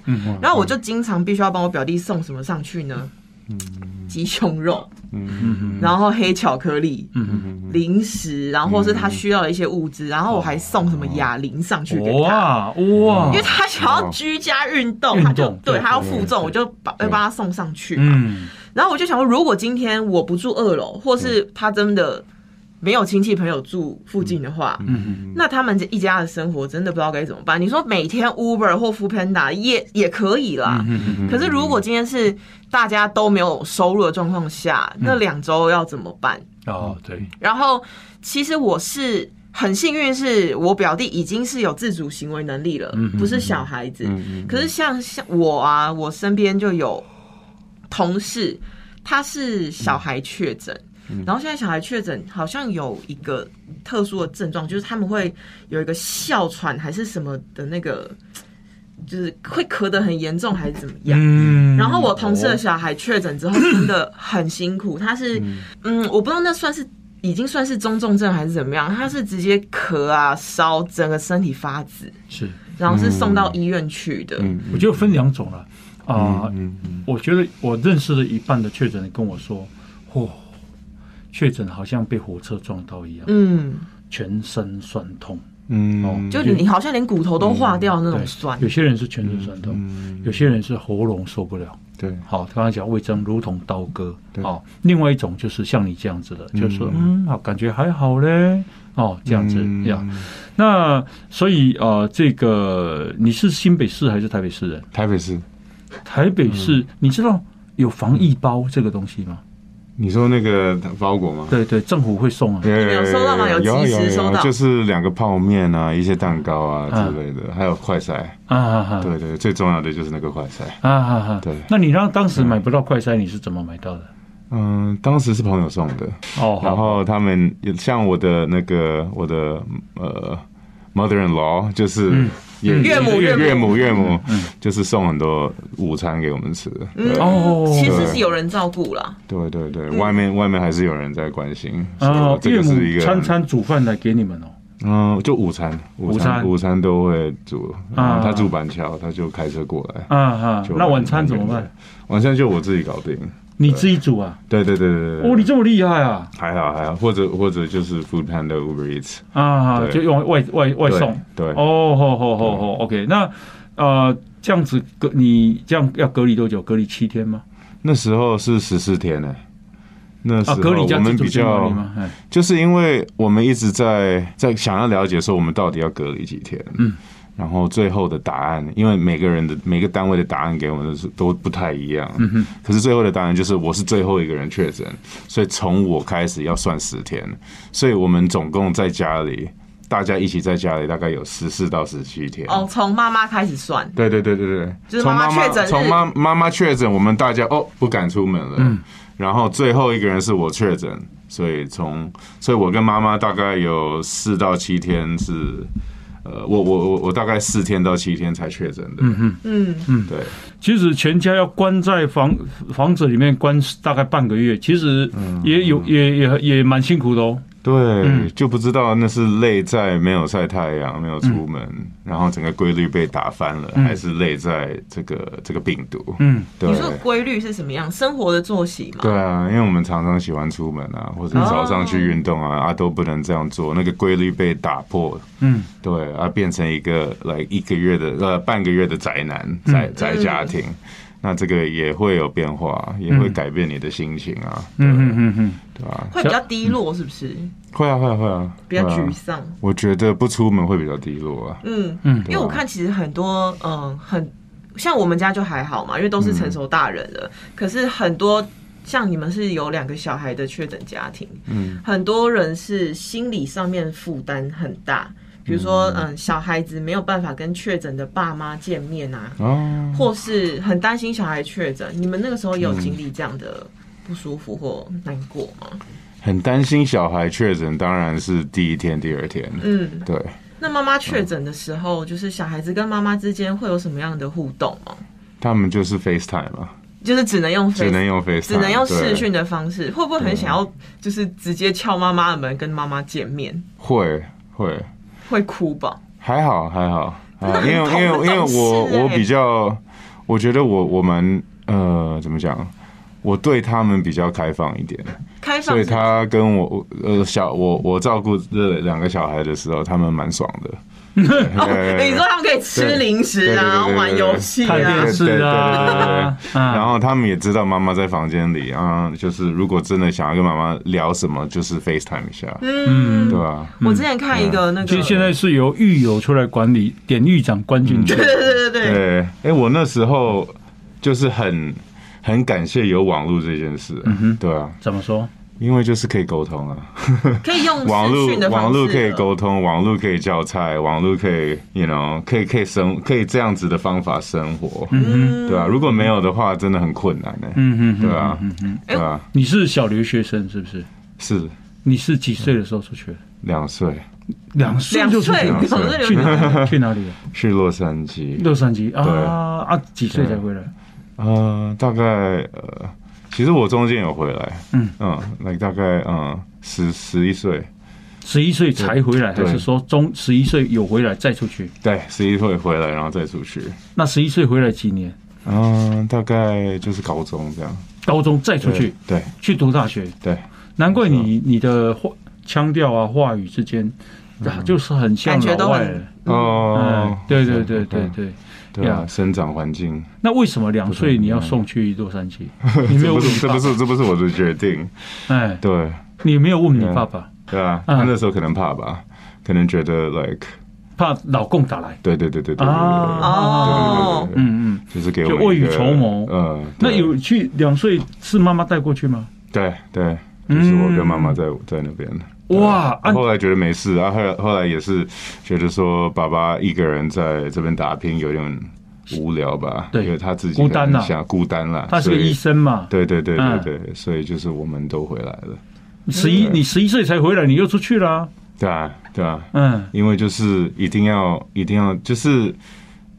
[SPEAKER 3] 然后我就经常必须要帮我表弟送什么上去呢？鸡胸肉，
[SPEAKER 1] 嗯
[SPEAKER 2] 嗯
[SPEAKER 3] 然后黑巧克力，零食，然后或是他需要的一些物资，然后我还送什么哑铃上去给他。
[SPEAKER 1] 嗯哇哇
[SPEAKER 3] 因为，他想要居家运动，他就
[SPEAKER 1] 运动
[SPEAKER 3] 对
[SPEAKER 1] 对
[SPEAKER 3] 他要负重，我就把会帮他送上去嘛。
[SPEAKER 1] 嗯
[SPEAKER 3] 然后我就想说，如果今天我不住二楼，或是他真的没有亲戚朋友住附近的话，
[SPEAKER 1] 嗯
[SPEAKER 3] 那他们一家的生活真的不知道该怎么办。你说每天 Uber 或 f o o Panda 也也可以啦，
[SPEAKER 1] 嗯
[SPEAKER 2] 嗯
[SPEAKER 3] 可是如果今天是大家都没有收入的状况下，那两周要怎么办？
[SPEAKER 1] 哦对，
[SPEAKER 3] 然后其实我是很幸运，是我表弟已经是有自主行为能力了，不是小孩子。可是像像我啊，我身边就有同事，他是小孩确诊。然后现在小孩确诊好像有一个特殊的症状，就是他们会有一个哮喘还是什么的那个，就是会咳得很严重还是怎么样。
[SPEAKER 1] 嗯
[SPEAKER 3] 然后我同事的小孩确诊之后真的很辛苦，他是嗯，我不知道那算是已经算是中重症还是怎么样，他是直接咳啊烧，整个身体发紫，
[SPEAKER 1] 是，
[SPEAKER 3] 然后是送到医院去的。
[SPEAKER 1] 我觉得分两种了啊，
[SPEAKER 2] 嗯
[SPEAKER 1] 我觉得我认识的一半的确诊人跟我说，嚯，确诊好像被火车撞到一样，
[SPEAKER 3] 嗯，
[SPEAKER 1] 全身酸痛。
[SPEAKER 2] 嗯，
[SPEAKER 3] 哦就你好像连骨头都化掉那种
[SPEAKER 1] 对，
[SPEAKER 3] 酸。
[SPEAKER 1] 有些人是全身酸痛，有些人是喉咙受不了。
[SPEAKER 2] 对，
[SPEAKER 1] 好，刚刚讲味增如同刀割。
[SPEAKER 2] 对
[SPEAKER 1] 好，另外一种就是像你这样子的，就是说嗯，好，感觉还好嘞。哦，这样子
[SPEAKER 2] 嗯
[SPEAKER 1] 呀。那所以呃，这个你是新北市还是台北市人？
[SPEAKER 2] 台北市，
[SPEAKER 1] 台北市，嗯你知道有防疫包这个东西吗？
[SPEAKER 2] 你说那个包裹吗？呃
[SPEAKER 1] 对对，政府会送啊。
[SPEAKER 2] 对
[SPEAKER 3] 有收到吗有及时收到
[SPEAKER 2] 就是两个泡面啊，一些蛋糕啊
[SPEAKER 1] 嗯
[SPEAKER 2] 之类的，还有快筛。
[SPEAKER 1] 啊啊啊！
[SPEAKER 3] 嗯
[SPEAKER 2] 对对，最重要的就是那个快筛。
[SPEAKER 1] 啊啊啊！
[SPEAKER 2] 对
[SPEAKER 1] 那你让当时买不到快筛，你是怎么买到的？
[SPEAKER 2] 嗯，当时是朋友送的，
[SPEAKER 1] 哦，
[SPEAKER 2] 嗯
[SPEAKER 1] 好，
[SPEAKER 2] 然后他们也像我的那个我的呃 mother in law，就是也
[SPEAKER 3] 嗯岳母嗯
[SPEAKER 2] 岳
[SPEAKER 3] 岳
[SPEAKER 2] 母岳母，就是送很多午餐给我们吃。
[SPEAKER 3] 嗯
[SPEAKER 2] 对
[SPEAKER 1] 哦
[SPEAKER 3] 其实是有人照顾啦。
[SPEAKER 2] 对对对，外面外面还是有人在关心。
[SPEAKER 1] 啊，
[SPEAKER 2] 这
[SPEAKER 1] 岳
[SPEAKER 2] 个
[SPEAKER 1] 母
[SPEAKER 2] 是一个
[SPEAKER 1] 餐餐煮饭来给你们哦。
[SPEAKER 2] 嗯，就午餐，午
[SPEAKER 1] 餐
[SPEAKER 2] 午餐都会煮。然
[SPEAKER 1] 啊
[SPEAKER 2] 后他住板桥，他就开车过来。
[SPEAKER 1] 啊哈
[SPEAKER 2] 就，
[SPEAKER 1] 那晚餐怎么办？？
[SPEAKER 2] 晚餐就我自己搞定。
[SPEAKER 1] 你自己煮啊？
[SPEAKER 2] 对对对对对。
[SPEAKER 1] 哦，你这么厉害啊！
[SPEAKER 2] 还好还好，或者或者就是 Food Panda Uber Eats
[SPEAKER 1] 啊，
[SPEAKER 2] 对
[SPEAKER 1] 就用外外外
[SPEAKER 2] 对
[SPEAKER 1] 送。
[SPEAKER 2] 对，嗯
[SPEAKER 1] 哦，好好好好，OK。那呃，这样子隔你这样要隔离多久？隔离七天吗？
[SPEAKER 2] 那时候是十四天呢、欸那时
[SPEAKER 1] 啊，隔
[SPEAKER 2] 候
[SPEAKER 1] 离加
[SPEAKER 2] 我们
[SPEAKER 1] 自主
[SPEAKER 2] 比
[SPEAKER 1] 性管理
[SPEAKER 2] 较
[SPEAKER 1] 吗？哎
[SPEAKER 2] 就是因为我们一直在在想要了解说我们到底要隔离几天，嗯，然后最后的答案，因为每个人的每个单位的答案给我们的是都不太一样，嗯哼，可是最后的答案就是我是最后一个人确诊，所以从我开始要算十天，所以我们总共在家里，大家一起在家里大概有十四到十七天，
[SPEAKER 3] 哦，从妈妈开始算，
[SPEAKER 2] 对对对对对，
[SPEAKER 3] 就是
[SPEAKER 2] 从妈
[SPEAKER 3] 妈妈确诊日
[SPEAKER 2] 从妈妈妈确诊，我们大家哦不敢出门了。
[SPEAKER 3] 嗯
[SPEAKER 2] 然后最后一个人是我确诊，所以从所以我跟妈妈大概有四到七天是，呃，我我我我大概四天到七天才确诊的。嗯
[SPEAKER 3] 嗯，
[SPEAKER 2] 嗯，对，
[SPEAKER 1] 其实全家要关在房房子里面关大概半个月，其实
[SPEAKER 2] 嗯
[SPEAKER 1] 也有、也也也蛮辛苦的哦。
[SPEAKER 2] 对，就不知道那是累在没有晒太阳、没有出门，然后整个规律被打翻了，还是累在这个这个病毒？
[SPEAKER 1] 嗯，
[SPEAKER 2] 对
[SPEAKER 3] 你。说的规律是什么样？生活的作息嘛。
[SPEAKER 2] 对啊，因为我们常常喜欢出门啊，或
[SPEAKER 3] 哦
[SPEAKER 2] 者早上去运动啊，啊都不能这样做，那个规律被打破，
[SPEAKER 1] 嗯，
[SPEAKER 2] 对啊，变成一个来一个月的呃半个月的宅男
[SPEAKER 3] 嗯
[SPEAKER 2] 宅宅家庭，那这个也会有变化，
[SPEAKER 3] 嗯
[SPEAKER 2] 也会改变你的心情啊，
[SPEAKER 1] 嗯嗯嗯嗯，
[SPEAKER 2] 对吧、
[SPEAKER 3] 会比较低落，是不是？
[SPEAKER 2] 会啊会啊会啊，
[SPEAKER 3] 比较
[SPEAKER 2] 会啊
[SPEAKER 3] 沮丧。
[SPEAKER 2] 我觉得不出门会比较低落啊，
[SPEAKER 3] 嗯
[SPEAKER 1] 嗯
[SPEAKER 3] 嗯，因为我看其实很多，嗯，很像我们家就还好嘛，因为都是成熟大人了。可是很多像你们是有两个小孩的确诊家庭，嗯，很多人是心理上面负担很大。比如说，嗯，小孩子没有办法跟确诊的爸妈见面啊，
[SPEAKER 2] 啊，
[SPEAKER 3] 或是很担心小孩确诊。你们那个时候有经历这样的不舒服或难过吗？
[SPEAKER 2] 很担心小孩确诊，当然是第一天、第二天，
[SPEAKER 3] 嗯，
[SPEAKER 2] 对。
[SPEAKER 3] 那妈妈确诊的时候，就是小孩子跟妈妈之间会有什么样的互动吗？
[SPEAKER 2] 他们就是 FaceTime 嘛，
[SPEAKER 3] 就是只能用 Face，
[SPEAKER 2] 只能用 FaceTime，
[SPEAKER 3] 只能用视
[SPEAKER 2] 对
[SPEAKER 3] 讯的方式，会不会很想要就是直接敲妈妈的门跟妈妈见面？
[SPEAKER 2] 会会，
[SPEAKER 3] 会哭吧？
[SPEAKER 2] 还好还好，还好因
[SPEAKER 3] 真的
[SPEAKER 2] 为
[SPEAKER 3] 很
[SPEAKER 2] 因为因
[SPEAKER 3] 懂
[SPEAKER 2] 为
[SPEAKER 3] 很懂
[SPEAKER 2] 我
[SPEAKER 3] 事欸
[SPEAKER 2] 我比较，我觉得我我蛮呃怎么讲，我对他们比较开放一点，
[SPEAKER 3] 开放
[SPEAKER 2] 所以
[SPEAKER 3] 式
[SPEAKER 2] 他跟我呃小我我照顾这两个小孩的时候，他们蛮爽的。
[SPEAKER 3] 哦，
[SPEAKER 2] 对
[SPEAKER 3] 你说他们可以吃零食
[SPEAKER 2] 对对对对
[SPEAKER 3] 啊，然后玩游戏
[SPEAKER 1] 看
[SPEAKER 3] 啊
[SPEAKER 1] 电，视啊，啊
[SPEAKER 2] 然后他们也知道妈妈在房间里啊，就是如果真的想要跟妈妈聊什么，就是 FaceTime 一下，
[SPEAKER 3] 嗯，
[SPEAKER 2] 对吧？
[SPEAKER 3] 我之前看一个那
[SPEAKER 1] 嗯其
[SPEAKER 3] 个
[SPEAKER 1] 实，现在是由狱友出来管理，典狱长关进去
[SPEAKER 3] 对。对对对对，
[SPEAKER 2] 对，哎、我那时候就是很很感谢有网络这件事，
[SPEAKER 3] 嗯
[SPEAKER 2] 对啊，
[SPEAKER 1] 怎么说？
[SPEAKER 2] 因为就是可以沟通啊，
[SPEAKER 3] 可以用
[SPEAKER 2] 网
[SPEAKER 3] 视
[SPEAKER 2] 络
[SPEAKER 3] 讯的方式，啊
[SPEAKER 2] 网络可以，沟通，网络可以叫菜，网络可以，you know，可以可以生可以这样子的方法生活，
[SPEAKER 3] 嗯
[SPEAKER 2] 对啊，如果没有的话，真的很困难呢、
[SPEAKER 1] 嗯嗯，
[SPEAKER 2] 对啊，对啊，
[SPEAKER 1] 你是小留学生是不是？
[SPEAKER 2] 是
[SPEAKER 1] 你是几岁的时候出去的？
[SPEAKER 2] 两岁
[SPEAKER 1] 两岁
[SPEAKER 3] 两
[SPEAKER 1] 就
[SPEAKER 3] 岁
[SPEAKER 1] 出去了
[SPEAKER 3] 两
[SPEAKER 2] 岁
[SPEAKER 3] 岁
[SPEAKER 1] 去
[SPEAKER 3] 留学
[SPEAKER 1] 哪里？去哪里了？
[SPEAKER 2] 去洛杉矶，
[SPEAKER 1] 洛杉矶
[SPEAKER 2] 对
[SPEAKER 1] 啊啊！几岁才回来？
[SPEAKER 2] 呃，大概呃，其实我中间有回来，
[SPEAKER 1] 嗯
[SPEAKER 2] 嗯，那、大概嗯十十一岁。
[SPEAKER 1] 十一岁才回来，还
[SPEAKER 2] 对
[SPEAKER 1] 是说中十一岁有回来再出去？
[SPEAKER 2] 对，十一岁回来，然后再出去。
[SPEAKER 1] 那十一岁回来几年？
[SPEAKER 2] 嗯，大概就是高中这样。
[SPEAKER 1] 高中再出去
[SPEAKER 2] 对
[SPEAKER 1] 去读大学，
[SPEAKER 2] 对，
[SPEAKER 1] 难怪你你的话腔调啊话语之间，啊就是很像
[SPEAKER 3] 感觉
[SPEAKER 1] 老
[SPEAKER 3] 都
[SPEAKER 1] 外
[SPEAKER 3] 很
[SPEAKER 1] 人。
[SPEAKER 2] 哦
[SPEAKER 1] 嗯，，对对对对对。
[SPEAKER 2] 对啊，
[SPEAKER 1] Yeah
[SPEAKER 2] 生长环境，
[SPEAKER 1] 那为什么两岁你要送去洛杉 矶？你没
[SPEAKER 2] 这
[SPEAKER 1] 有问
[SPEAKER 2] 不是
[SPEAKER 1] 你
[SPEAKER 2] 这不
[SPEAKER 1] 爸爸？
[SPEAKER 2] 是这不是我的决 定，
[SPEAKER 1] 哎，
[SPEAKER 2] 对
[SPEAKER 1] 你没有问你爸爸，
[SPEAKER 2] 对啊，
[SPEAKER 1] 嗯
[SPEAKER 2] 他那时候可能怕吧，可能觉得 like，
[SPEAKER 1] 怕老共打来。
[SPEAKER 2] 对对对对对对对
[SPEAKER 1] 啊
[SPEAKER 3] 哦
[SPEAKER 2] 对，对对，
[SPEAKER 1] 嗯嗯。
[SPEAKER 2] 就是给我
[SPEAKER 1] 就
[SPEAKER 2] 们
[SPEAKER 1] 未
[SPEAKER 2] 一
[SPEAKER 1] 雨
[SPEAKER 2] 个
[SPEAKER 1] 绸缪
[SPEAKER 2] 嗯，
[SPEAKER 1] 那
[SPEAKER 2] 对
[SPEAKER 1] 有去两岁是妈妈带过去吗？
[SPEAKER 2] 对对，就是我跟妈妈
[SPEAKER 1] 嗯
[SPEAKER 2] 在在那边。
[SPEAKER 1] 哇啊！
[SPEAKER 2] 后来觉得没事，然后后来后来也是觉得说，爸爸一个人在这边打拼有点无聊吧，
[SPEAKER 1] 对
[SPEAKER 2] 因为他自己
[SPEAKER 1] 孤单啦
[SPEAKER 2] 很想孤单啦，
[SPEAKER 1] 他是个
[SPEAKER 2] 所以
[SPEAKER 1] 医，生嘛，
[SPEAKER 2] 对对对
[SPEAKER 1] 嗯
[SPEAKER 2] 对对，所以就是我们都回来了，
[SPEAKER 1] 十
[SPEAKER 2] 嗯
[SPEAKER 1] 一你十一岁才回来，你又出去啦、
[SPEAKER 2] 对啊对啊，
[SPEAKER 1] 嗯
[SPEAKER 2] 因为就是一定要一定要就是。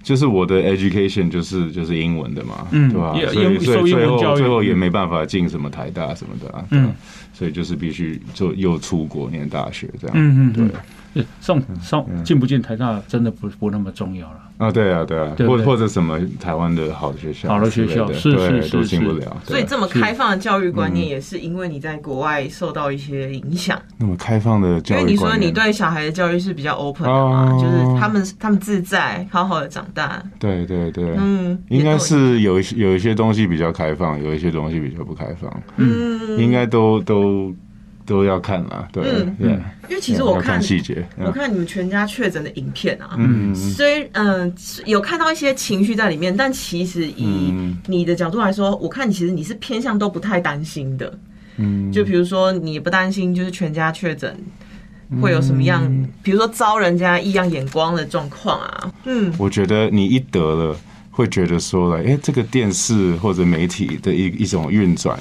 [SPEAKER 2] 就是我的 education 就是就是英文的嘛，
[SPEAKER 1] 嗯
[SPEAKER 2] 对吧
[SPEAKER 1] 也？
[SPEAKER 2] 所以
[SPEAKER 1] 英受
[SPEAKER 2] 所以
[SPEAKER 1] 英
[SPEAKER 2] 最
[SPEAKER 1] 文教
[SPEAKER 2] 后
[SPEAKER 1] 育
[SPEAKER 2] 最后也没办法进什么台大什么的啊，对啊
[SPEAKER 1] 嗯
[SPEAKER 2] 所以就是必须就又出国念大学这样，
[SPEAKER 1] 嗯嗯，
[SPEAKER 2] 对嗯
[SPEAKER 1] 嗯，上上进不进台大真的不不那么重要了。
[SPEAKER 2] 啊，对啊，对啊，
[SPEAKER 1] 对
[SPEAKER 2] 或
[SPEAKER 1] 对
[SPEAKER 2] 或者什么台湾的好的学校之类的，
[SPEAKER 1] 好的学校是
[SPEAKER 2] 对
[SPEAKER 1] 是
[SPEAKER 2] 都
[SPEAKER 1] 是
[SPEAKER 2] 进不
[SPEAKER 1] 是
[SPEAKER 2] 了。
[SPEAKER 3] 所以
[SPEAKER 2] 对
[SPEAKER 3] 这么开放的教育观
[SPEAKER 2] 嗯
[SPEAKER 3] 念，也是因为你在国外受到一些影响。
[SPEAKER 2] 那么开放的
[SPEAKER 3] 因
[SPEAKER 2] 教育
[SPEAKER 3] 为
[SPEAKER 2] 观念，
[SPEAKER 3] 你说你对小孩的教育是比较 open 的嘛，
[SPEAKER 2] 哦
[SPEAKER 3] 就是他们他们自在，好好的长大。
[SPEAKER 2] 对对对，
[SPEAKER 3] 嗯，
[SPEAKER 2] 应
[SPEAKER 3] 也
[SPEAKER 2] 该
[SPEAKER 3] 都
[SPEAKER 2] 是有一些有一些东西比较开放，有一些东西比较不开放，
[SPEAKER 3] 嗯，
[SPEAKER 2] 应该都都都要看啦。对，
[SPEAKER 3] 嗯
[SPEAKER 2] 对，
[SPEAKER 3] 因为其实我
[SPEAKER 2] 要
[SPEAKER 3] 看
[SPEAKER 2] 看细节，
[SPEAKER 3] 我看你们全家确诊的影片啊，
[SPEAKER 2] 嗯，嗯
[SPEAKER 3] 虽嗯、有看到一些情绪在里面，但其实以
[SPEAKER 2] 嗯
[SPEAKER 3] 你的角度来说，我看你其实你是偏向都不太担心的。
[SPEAKER 2] 嗯，
[SPEAKER 3] 就比如说你不担心就是全家确诊会有什么样，
[SPEAKER 2] 嗯
[SPEAKER 3] 比如说遭人家异样眼光的状况啊，嗯，
[SPEAKER 2] 我觉得你一得了，会觉得说了，哎、这个电视或者媒体的一一种运转。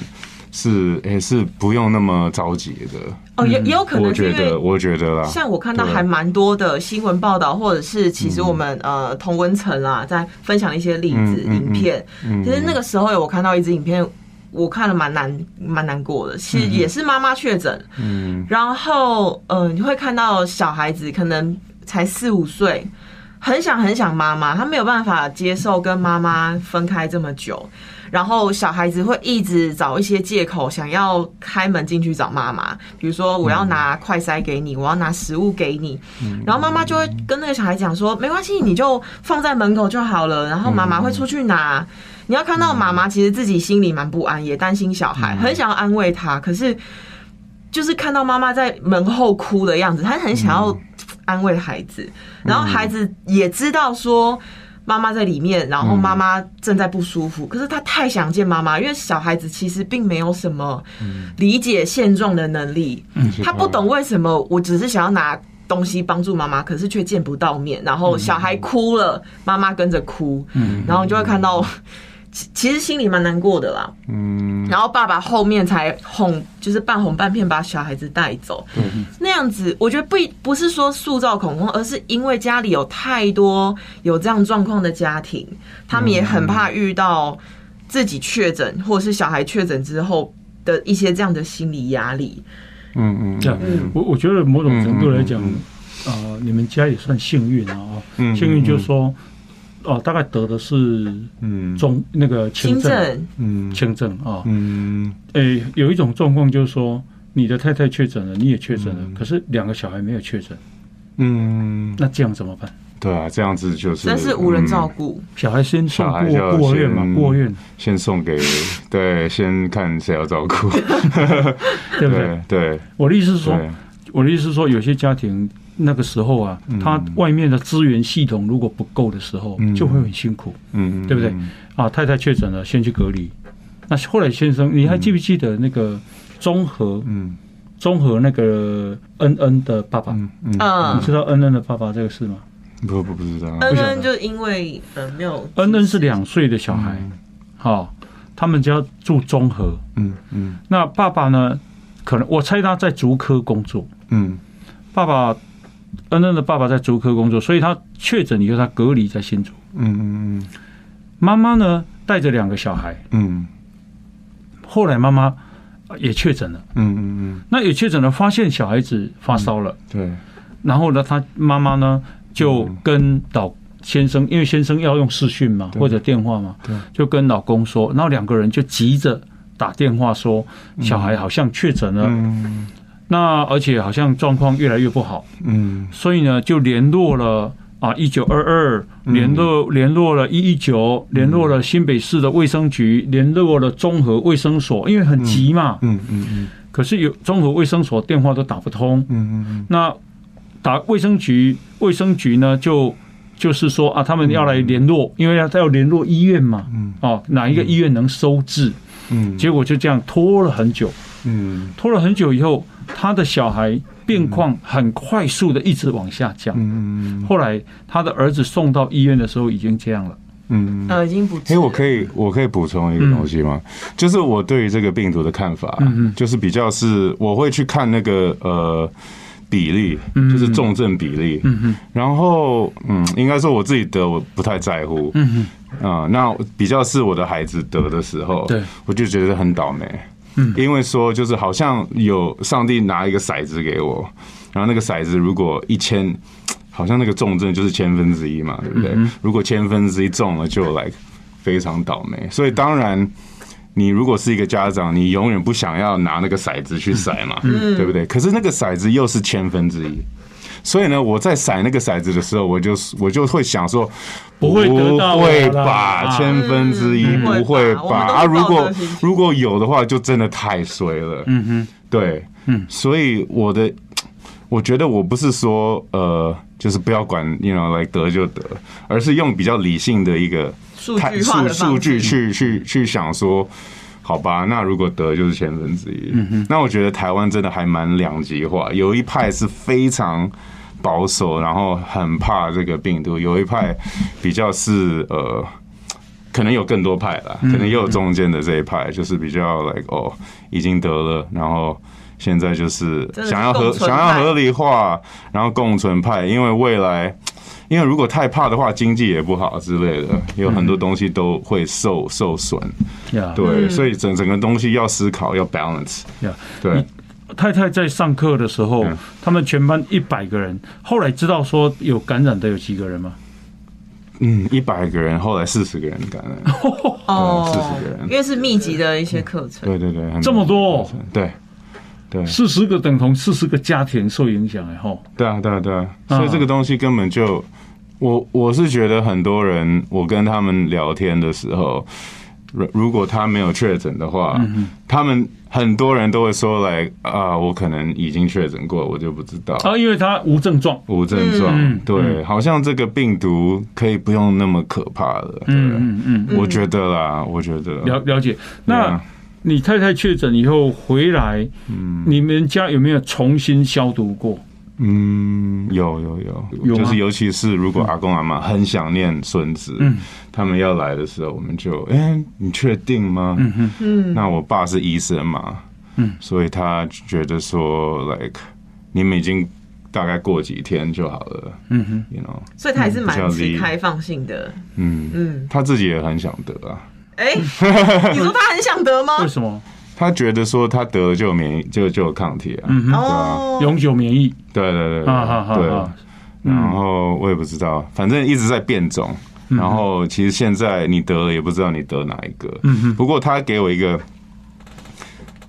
[SPEAKER 2] 是，哎、是不用那么着急的。
[SPEAKER 3] 哦，也也有可
[SPEAKER 2] 嗯我
[SPEAKER 3] 能是
[SPEAKER 2] 觉
[SPEAKER 3] 因为
[SPEAKER 2] 得，我觉得啦，
[SPEAKER 3] 像我看到
[SPEAKER 2] 对嗯
[SPEAKER 3] 还蛮多的新闻报道，或者是其实我们、呃同温层啦，在分享一些例子、
[SPEAKER 2] 嗯嗯
[SPEAKER 3] 影片。其实那个时候有我看到一支影片，我看了蛮难蛮难过的，
[SPEAKER 2] 嗯
[SPEAKER 3] 是也是妈妈确诊，嗯，然后呃你会看到小孩子可能才四五岁。很想很想妈妈，他没有办法接受跟妈妈分开这么久，然后小孩子会一直找一些借口，想要开门进去找妈妈，比如说我要
[SPEAKER 2] 嗯
[SPEAKER 3] 拿快塞给你，我要拿食物给你，然后妈妈就会跟那个小孩讲说，没关系，你就放在门口就好了，然后妈妈会出去拿。你要看到妈妈其实自己心里蛮不安，也担心小孩，很想要安慰他，可是就是看到妈妈在门后哭的样子，她很想要安慰孩子，然后孩子也知道说。妈妈在里面，然后妈妈正在不舒服，可是他太想见妈妈，因为小孩子其实并没有什么理解现状的能力，他
[SPEAKER 2] 嗯
[SPEAKER 3] 不懂为什么我只是想要拿东西帮助妈妈，可是却见不到面，然后小孩哭了，妈妈跟着哭，然后你就会看到， 其其实心里蛮难过的啦。
[SPEAKER 2] 嗯，
[SPEAKER 3] 然后爸爸后面才哄，就是半哄半骗把小孩子带走。那样子，我觉得不一不是说塑造恐慌，而是因为家里有太多有这样状况的家庭，他们也很怕遇到自己确诊或是小孩确诊之后的一些这样的心理压力。
[SPEAKER 2] 嗯嗯
[SPEAKER 1] 这样，我我觉得某种程度来讲，呃，你们家也算幸运啊，哦
[SPEAKER 2] 嗯
[SPEAKER 1] 幸运就是说，哦，大概得的是
[SPEAKER 2] 嗯
[SPEAKER 1] 中那个轻
[SPEAKER 3] 轻
[SPEAKER 1] 症，
[SPEAKER 3] 症，
[SPEAKER 2] 嗯
[SPEAKER 1] 轻症啊，
[SPEAKER 2] 嗯
[SPEAKER 1] 诶，有一种状况就是说，你的太太确诊了，你也确诊了，可是两个小孩没有确诊，
[SPEAKER 2] 嗯，
[SPEAKER 1] 那这样怎么办？
[SPEAKER 2] 对啊，这样子就是
[SPEAKER 3] 但是无人照
[SPEAKER 2] 嗯
[SPEAKER 3] 顾。
[SPEAKER 1] 小孩先送
[SPEAKER 2] 小孩就
[SPEAKER 1] 过
[SPEAKER 2] 要嗯
[SPEAKER 1] 孤儿院嘛，
[SPEAKER 2] 先
[SPEAKER 1] 孤儿院
[SPEAKER 2] 先送 给对，先看谁要照顾，
[SPEAKER 1] 对不对？
[SPEAKER 2] 对对
[SPEAKER 1] 我的意思是说，
[SPEAKER 2] 对，
[SPEAKER 1] 我的意思是说，有些家庭那个时候啊，
[SPEAKER 2] 嗯
[SPEAKER 1] 他外面的资源系统如果不够的时候，就会很辛苦
[SPEAKER 2] 嗯，
[SPEAKER 1] 对不对
[SPEAKER 2] 嗯？
[SPEAKER 1] 啊。太太确诊了，先去隔离。那后来先生，你还记不记得那个综合
[SPEAKER 2] 嗯
[SPEAKER 1] 综合那个恩恩的爸爸？
[SPEAKER 2] 嗯嗯，
[SPEAKER 1] 你
[SPEAKER 3] 嗯，
[SPEAKER 1] 知道恩恩的爸爸这个事吗？
[SPEAKER 2] 不不不知道，啊
[SPEAKER 3] 恩
[SPEAKER 1] 不晓得
[SPEAKER 3] 恩就因为呃
[SPEAKER 2] 嗯
[SPEAKER 3] 没有，
[SPEAKER 1] 恩恩是两岁的小孩，好、他们家住综合。
[SPEAKER 2] 嗯嗯
[SPEAKER 1] 那爸爸呢？可能我猜他在竹科工作。
[SPEAKER 2] 嗯
[SPEAKER 1] 爸爸恩恩的爸爸在竹科工作，所以他确诊以后，他隔离在新竹。
[SPEAKER 2] 嗯嗯嗯
[SPEAKER 1] 妈妈呢带着两个小孩，
[SPEAKER 2] 嗯
[SPEAKER 1] 后来妈妈呃也确诊了。
[SPEAKER 2] 嗯嗯嗯，
[SPEAKER 1] 那也确诊了，发现小孩子发烧了，
[SPEAKER 2] 对，
[SPEAKER 1] 然后呢，他妈妈呢就
[SPEAKER 2] 嗯
[SPEAKER 1] 跟老先生，因为先生要用视讯嘛，
[SPEAKER 2] 对
[SPEAKER 1] 或者电话嘛
[SPEAKER 2] 对，
[SPEAKER 1] 就跟老公说，然后两个人就急着打电话说，小孩好像确诊了，
[SPEAKER 2] 嗯
[SPEAKER 1] 那而且好像状况越来越不好，
[SPEAKER 2] 嗯
[SPEAKER 1] 所以呢就联络了。啊，一九二二
[SPEAKER 2] 嗯
[SPEAKER 1] 联络联络了一一九，联络了新北市的卫生局，联络了综合卫生所，因为很急嘛。
[SPEAKER 2] 嗯嗯
[SPEAKER 1] 可是有综合卫生所电话都打不通，
[SPEAKER 2] 嗯嗯
[SPEAKER 1] 那打卫生局，卫生局呢就就是说啊，他们要来联络，因为要他要联络医院嘛，
[SPEAKER 2] 嗯
[SPEAKER 1] 哦，哪一个医院能收治？
[SPEAKER 2] 嗯
[SPEAKER 1] 结果就这样拖了很久，
[SPEAKER 2] 嗯
[SPEAKER 1] 拖了很久以后，他的小孩病况很快速的一直往下降。
[SPEAKER 2] 嗯
[SPEAKER 1] 后来他的儿子送到医院的时候已经这样了，
[SPEAKER 2] 嗯。
[SPEAKER 3] 呃已经不治
[SPEAKER 2] 哎，
[SPEAKER 3] 了。
[SPEAKER 2] 我可以，我可以补充一个东西吗？就是我对于这个病毒的看法，就是比较是我会去看那个呃比例，就是重症比例。然后嗯，应该说我自己得我不太在乎。啊嗯嗯，那比较是我的孩子得的时候，
[SPEAKER 1] 对，
[SPEAKER 2] 我就觉得很倒霉。因为说就是好像有上帝拿一个骰子给我，然后那个骰子如果一千，好像那个重症就是千分之一嘛，对不对？如果千分之一中了，就 like 非常倒霉。所以当然。你如果是一个家长，你永远不想要拿那个骰子去骰嘛，
[SPEAKER 1] 嗯
[SPEAKER 2] 对不对？可是那个骰子又是千分之一，所以呢，我在骰那个骰子的时候，我就我就会想说，
[SPEAKER 1] 不会得到
[SPEAKER 2] 不
[SPEAKER 1] 我
[SPEAKER 2] 会
[SPEAKER 1] 啦
[SPEAKER 2] 吧，
[SPEAKER 1] 啊
[SPEAKER 2] 千分之一
[SPEAKER 3] 嗯
[SPEAKER 2] 不会
[SPEAKER 3] 不会吧我
[SPEAKER 2] 吧？啊，
[SPEAKER 3] 们都是
[SPEAKER 2] 如
[SPEAKER 3] 抱
[SPEAKER 2] 果
[SPEAKER 3] 着心情
[SPEAKER 2] 如果有的话，就真的太衰了。嗯哼，对，嗯，所以我的。我觉得我不是说呃，就是不要管，you know，来得就得，而是用比较理性的一个
[SPEAKER 3] 数
[SPEAKER 2] 看
[SPEAKER 3] 据化
[SPEAKER 2] 数
[SPEAKER 3] 的方
[SPEAKER 2] 数
[SPEAKER 3] 式
[SPEAKER 2] 据去去去想说，好吧，那如果得就是千分之一。那我觉得台湾真的还蛮两极化，有一派是非常保守，然后很怕这个病毒；有一派比较是呃。可能有更多派啦，可能也有中间的这一派，就是比较 like 哦，已经得了，然后现在就是
[SPEAKER 3] 真的是
[SPEAKER 2] 想要合
[SPEAKER 3] 共存
[SPEAKER 2] 想
[SPEAKER 3] 派
[SPEAKER 2] 要合理化，然后共存派，因为未来因为如果太怕的话，经济也不好之类的，有很多东西都会受受损。
[SPEAKER 1] 呀
[SPEAKER 2] 对，所以整整个东西要思考，要 balance。
[SPEAKER 1] 呀，
[SPEAKER 2] 对
[SPEAKER 1] 你，太太在上课的时候，
[SPEAKER 2] 嗯
[SPEAKER 1] 他们全班一百个人，后来知道说有感染的有几个人吗？
[SPEAKER 2] 嗯，一百个人，后来四十个人感染，
[SPEAKER 3] 哦
[SPEAKER 2] 40个人，
[SPEAKER 3] 因为是密集的一些课程，
[SPEAKER 2] 对对对，很
[SPEAKER 1] 这么多哦，
[SPEAKER 2] 对。对
[SPEAKER 1] 四十个等同四十个家庭受影响哎吼，
[SPEAKER 2] 对啊，对啊，对啊，
[SPEAKER 1] 嗯
[SPEAKER 2] 所以这个东西根本就，我我是觉得很多人，我跟他们聊天的时候，如如果他没有确诊的话，
[SPEAKER 1] 嗯
[SPEAKER 2] 他们很多人都会说来啊，我可能已经确诊过，我就不知道。
[SPEAKER 1] 啊，因为他无症状，
[SPEAKER 2] 无症状，
[SPEAKER 1] 嗯
[SPEAKER 2] 对，好像这个病毒可以不用那么可怕了。对，啊
[SPEAKER 1] 嗯嗯
[SPEAKER 2] 我觉得啦，我觉得啊
[SPEAKER 1] 嗯，了了解。
[SPEAKER 2] 对
[SPEAKER 1] 那
[SPEAKER 2] 啊
[SPEAKER 1] 你太太确诊以后回来，你们家有没有重新消毒过？
[SPEAKER 2] 嗯，有有
[SPEAKER 1] 有
[SPEAKER 2] 有，
[SPEAKER 1] 吗嗯
[SPEAKER 2] 就是尤其是如果阿公阿妈很想念孙子，他们要来的时候，我们就，哎、你确定吗？嗯嗯，那我爸是医生嘛，嗯，所以他觉得说，like 你们已经大概过几天就好了，嗯哼，you know，
[SPEAKER 3] 所以它还是
[SPEAKER 2] 比较
[SPEAKER 3] 蛮
[SPEAKER 2] 理
[SPEAKER 3] 持开放性的。
[SPEAKER 2] 嗯
[SPEAKER 3] 嗯，
[SPEAKER 2] 他自己也很想得啊，
[SPEAKER 3] 哎，你说他很想得吗
[SPEAKER 1] 为？什么
[SPEAKER 2] 他觉得说他得了就有免疫，就就有抗体啊，嗯
[SPEAKER 3] 哦，
[SPEAKER 1] 永久免疫？
[SPEAKER 2] 对对对
[SPEAKER 1] 啊哈哈
[SPEAKER 2] 对对
[SPEAKER 1] 哈，
[SPEAKER 2] 然后我也不知道，反正一直在变种。
[SPEAKER 1] 嗯
[SPEAKER 2] 然后其实现在你得了也不知道你得哪一个，
[SPEAKER 1] 嗯
[SPEAKER 2] 不过他给我一个，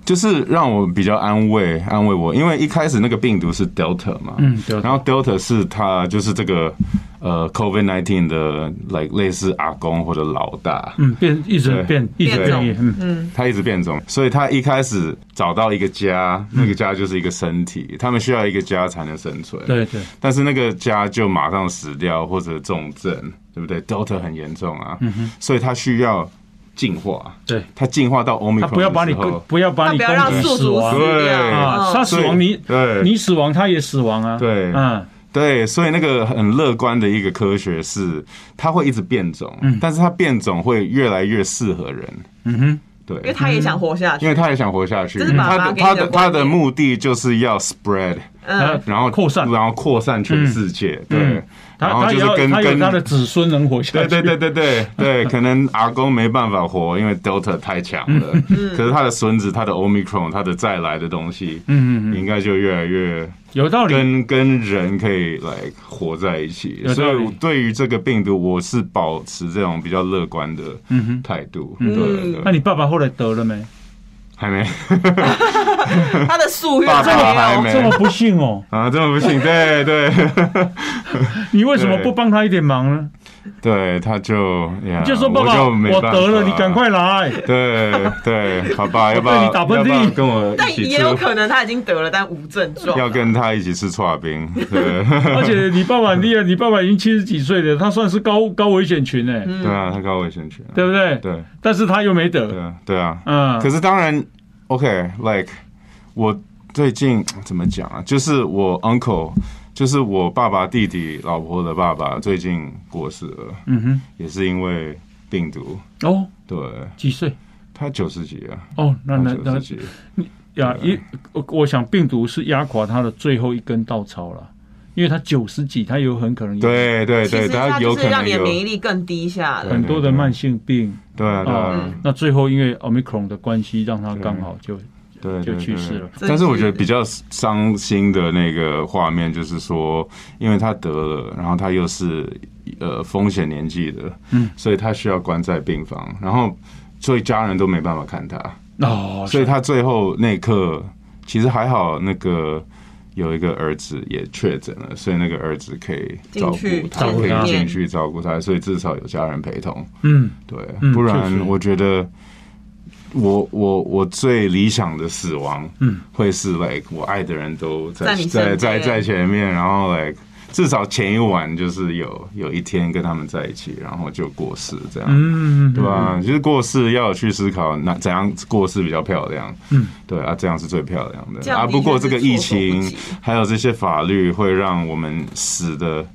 [SPEAKER 2] 就是让我比较安慰安慰我，因为一开始那个病毒是 Delta 嘛，
[SPEAKER 1] 嗯对
[SPEAKER 2] 然后 Delta 是它就是这个呃 COVID nineteen 的 like 类似阿公或者老大，
[SPEAKER 1] 嗯，变一直
[SPEAKER 2] 对
[SPEAKER 1] 变一直
[SPEAKER 3] 变
[SPEAKER 1] 变
[SPEAKER 3] 种
[SPEAKER 1] 异，嗯，
[SPEAKER 2] 他一直变种，所以他一开始找到一个家，那个家就是一个身体，他们需要一个家才能生存，
[SPEAKER 1] 对对，
[SPEAKER 2] 但是那个家就马上死掉或者重症，对不对？Delta 很严重啊，
[SPEAKER 1] 嗯
[SPEAKER 2] 所以它需要进化，
[SPEAKER 1] 对
[SPEAKER 2] 它进化到 Omicron
[SPEAKER 1] 他不要把你
[SPEAKER 2] 的时候
[SPEAKER 1] 不要把
[SPEAKER 3] 他
[SPEAKER 1] 你
[SPEAKER 3] 不要
[SPEAKER 1] 攻
[SPEAKER 3] 让
[SPEAKER 1] 击
[SPEAKER 3] 宿
[SPEAKER 1] 死
[SPEAKER 3] 主
[SPEAKER 1] 亡
[SPEAKER 3] 死
[SPEAKER 2] 啊对
[SPEAKER 3] 掉。
[SPEAKER 1] 啊，
[SPEAKER 3] 嗯
[SPEAKER 1] 他死亡你
[SPEAKER 2] 对
[SPEAKER 1] 你死亡他也死亡啊，
[SPEAKER 2] 对
[SPEAKER 1] 嗯，
[SPEAKER 2] 对，所以那个很乐观的一个科学是，它会一直变种，
[SPEAKER 1] 嗯
[SPEAKER 2] 但是它变种会越来越适合人，嗯
[SPEAKER 1] 哼，
[SPEAKER 2] 对
[SPEAKER 3] 因为，他也想活下去，
[SPEAKER 2] 因为他也想活下去，
[SPEAKER 3] 这是爸
[SPEAKER 2] 他
[SPEAKER 3] 爸
[SPEAKER 2] 的
[SPEAKER 3] 给你
[SPEAKER 2] 他
[SPEAKER 3] 的
[SPEAKER 2] 的
[SPEAKER 3] 观
[SPEAKER 2] 他的
[SPEAKER 3] 念
[SPEAKER 2] 目的就是要 spread，
[SPEAKER 1] 啊
[SPEAKER 3] 嗯，
[SPEAKER 2] 然后
[SPEAKER 1] 扩散
[SPEAKER 2] 然后扩散全世界，对
[SPEAKER 1] 嗯，他
[SPEAKER 2] 然后
[SPEAKER 1] 他
[SPEAKER 2] 就
[SPEAKER 1] 也
[SPEAKER 2] 是
[SPEAKER 1] 要
[SPEAKER 2] 跟
[SPEAKER 1] 他有
[SPEAKER 2] 跟
[SPEAKER 1] 他的子孙能活下去，
[SPEAKER 2] 对对对对对对，可能阿公没办法活，因为 Delta 太强了。
[SPEAKER 1] 嗯
[SPEAKER 3] 嗯
[SPEAKER 2] 可是他的孙子，他的 Omicron，他的再来的东西，
[SPEAKER 1] 嗯，嗯嗯，
[SPEAKER 2] 应该就越来越
[SPEAKER 1] 有道理，啊
[SPEAKER 2] 跟跟人可以来活在一起。
[SPEAKER 1] 有
[SPEAKER 2] 所
[SPEAKER 1] 道理
[SPEAKER 2] 以对于这个病毒，我是保持这种比较乐观的
[SPEAKER 1] 嗯
[SPEAKER 2] 态度。对对
[SPEAKER 1] 那
[SPEAKER 2] 对，
[SPEAKER 1] 你爸爸后来得了没？
[SPEAKER 2] 还没
[SPEAKER 3] 嗯他的夙愿
[SPEAKER 2] 爸爸
[SPEAKER 3] 还
[SPEAKER 2] 还
[SPEAKER 3] 没有。
[SPEAKER 1] 这
[SPEAKER 2] 没
[SPEAKER 1] 么不幸哦，
[SPEAKER 2] 啊，这么不 行，对对
[SPEAKER 1] 你为什么
[SPEAKER 2] 对
[SPEAKER 1] 不帮他一点忙呢？
[SPEAKER 2] 对，他就呀
[SPEAKER 1] 你就说爸爸，
[SPEAKER 2] 啊就没
[SPEAKER 1] 我
[SPEAKER 2] 办
[SPEAKER 1] 得了，
[SPEAKER 2] 法
[SPEAKER 1] 你赶。快来。
[SPEAKER 2] 对对，爸爸，要不
[SPEAKER 1] 对
[SPEAKER 2] 要
[SPEAKER 1] 你打喷嚏
[SPEAKER 2] 要不要跟我一
[SPEAKER 3] 但
[SPEAKER 2] 起
[SPEAKER 3] 也
[SPEAKER 2] 吃
[SPEAKER 3] 有可能他已经得了，但无症状。
[SPEAKER 2] 要跟他一起吃串冰，对
[SPEAKER 1] 而且你爸爸很厉害，你爸爸已经七十几岁了，他算是高高危险群哎，
[SPEAKER 2] 对啊，他高危险群啊，
[SPEAKER 1] 对不对？
[SPEAKER 2] 对
[SPEAKER 1] 但是他又没
[SPEAKER 2] 对
[SPEAKER 1] 得，
[SPEAKER 2] 啊对啊。
[SPEAKER 1] 嗯，
[SPEAKER 2] 可是当然，OK，like 我最近怎么讲啊？就是我 uncle，就是我爸爸弟弟老婆的爸爸，最近过世了，
[SPEAKER 1] 嗯
[SPEAKER 2] 也是因为病毒。
[SPEAKER 1] 哼，哦，
[SPEAKER 2] 对
[SPEAKER 1] 几岁？
[SPEAKER 2] 他九十几啊，
[SPEAKER 1] 哦，那
[SPEAKER 2] 他
[SPEAKER 1] 那
[SPEAKER 2] 九
[SPEAKER 1] 那
[SPEAKER 2] 十几，
[SPEAKER 1] 呀，一我我想病毒是压垮他的最后一根稻草了，因为他九十几，他有很可能有
[SPEAKER 2] 对对
[SPEAKER 3] 其
[SPEAKER 2] 对，
[SPEAKER 3] 实它
[SPEAKER 2] 他
[SPEAKER 3] 就
[SPEAKER 2] 有
[SPEAKER 3] 是
[SPEAKER 2] 可
[SPEAKER 3] 让
[SPEAKER 2] 能
[SPEAKER 3] 你的
[SPEAKER 2] 有，
[SPEAKER 3] 免疫力更低下了。
[SPEAKER 1] 很多的慢性病
[SPEAKER 2] 对啊对
[SPEAKER 1] 啊、
[SPEAKER 2] 啊，
[SPEAKER 1] 那最后因为 omicron 的关系，让他刚好就
[SPEAKER 2] 对，
[SPEAKER 1] 就
[SPEAKER 2] 对
[SPEAKER 1] 去
[SPEAKER 2] 对
[SPEAKER 1] 世了
[SPEAKER 2] 但是我觉得比较伤心的那个画面就是说，因为他得了，然后他又是呃风险年纪的，嗯，所以他需要关在病房，然后所以家人都没办法看他，
[SPEAKER 1] 哦，
[SPEAKER 2] 嗯所以他最后那一刻其实还好，那个有一个儿子也确诊了，所以那个儿子可以照
[SPEAKER 3] 进去
[SPEAKER 2] 顾他，
[SPEAKER 1] 照顾
[SPEAKER 2] 可
[SPEAKER 1] 他
[SPEAKER 2] 以进去照顾他，所以至少有家人陪同。
[SPEAKER 1] 嗯，
[SPEAKER 2] 对
[SPEAKER 1] 嗯，
[SPEAKER 2] 不
[SPEAKER 1] 就是
[SPEAKER 2] 然我觉得我我我最理想的死亡，
[SPEAKER 1] 嗯，
[SPEAKER 2] 会是 like 我爱的人都
[SPEAKER 3] 在
[SPEAKER 2] 在
[SPEAKER 3] 你身
[SPEAKER 2] 在
[SPEAKER 3] 边
[SPEAKER 2] 在在前面，然后 like 至少前一晚就是有有一天跟他们在一起，然后就过世这样，
[SPEAKER 1] 嗯，
[SPEAKER 2] 对吧？就是过世要有去思考那怎样过世比较漂亮，
[SPEAKER 1] 嗯，
[SPEAKER 2] 对啊，这样是最漂亮
[SPEAKER 3] 这
[SPEAKER 2] 的
[SPEAKER 3] 样
[SPEAKER 2] 啊。
[SPEAKER 3] 的
[SPEAKER 2] 不过这
[SPEAKER 3] 确是
[SPEAKER 2] 个疫
[SPEAKER 3] 措手不
[SPEAKER 2] 情
[SPEAKER 3] 及
[SPEAKER 2] 还有这些法律会让我们死的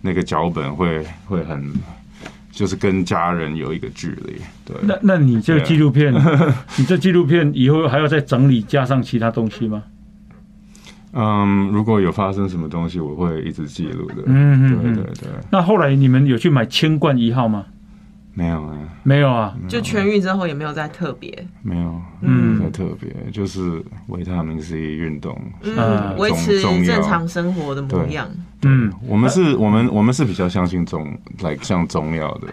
[SPEAKER 2] 那个脚本会会很，就是跟家人有一个距离，对。
[SPEAKER 1] 那那你这个
[SPEAKER 2] 对啊
[SPEAKER 1] 纪录片， 你这纪录片以后还要再整理加上其他东西吗？
[SPEAKER 2] 嗯，如果有发生什么东西，我会一直记录的。
[SPEAKER 1] 嗯嗯
[SPEAKER 2] 对
[SPEAKER 1] 嗯
[SPEAKER 2] 对对，
[SPEAKER 1] 那后来你们有去买千冠一号吗？
[SPEAKER 2] 没有啊，
[SPEAKER 1] 没有啊，
[SPEAKER 3] 就痊愈之后也没有再特别，
[SPEAKER 2] 没有，
[SPEAKER 1] 嗯
[SPEAKER 2] 嗯，太特别，就是维他命 C 运动，
[SPEAKER 1] 啊
[SPEAKER 3] 嗯，维
[SPEAKER 2] 呃重
[SPEAKER 3] 持
[SPEAKER 2] 重要
[SPEAKER 3] 正常生活的模
[SPEAKER 2] 对
[SPEAKER 3] 样。
[SPEAKER 1] 嗯，
[SPEAKER 2] 我们是，我们我们是比较相信中，like 像中药的，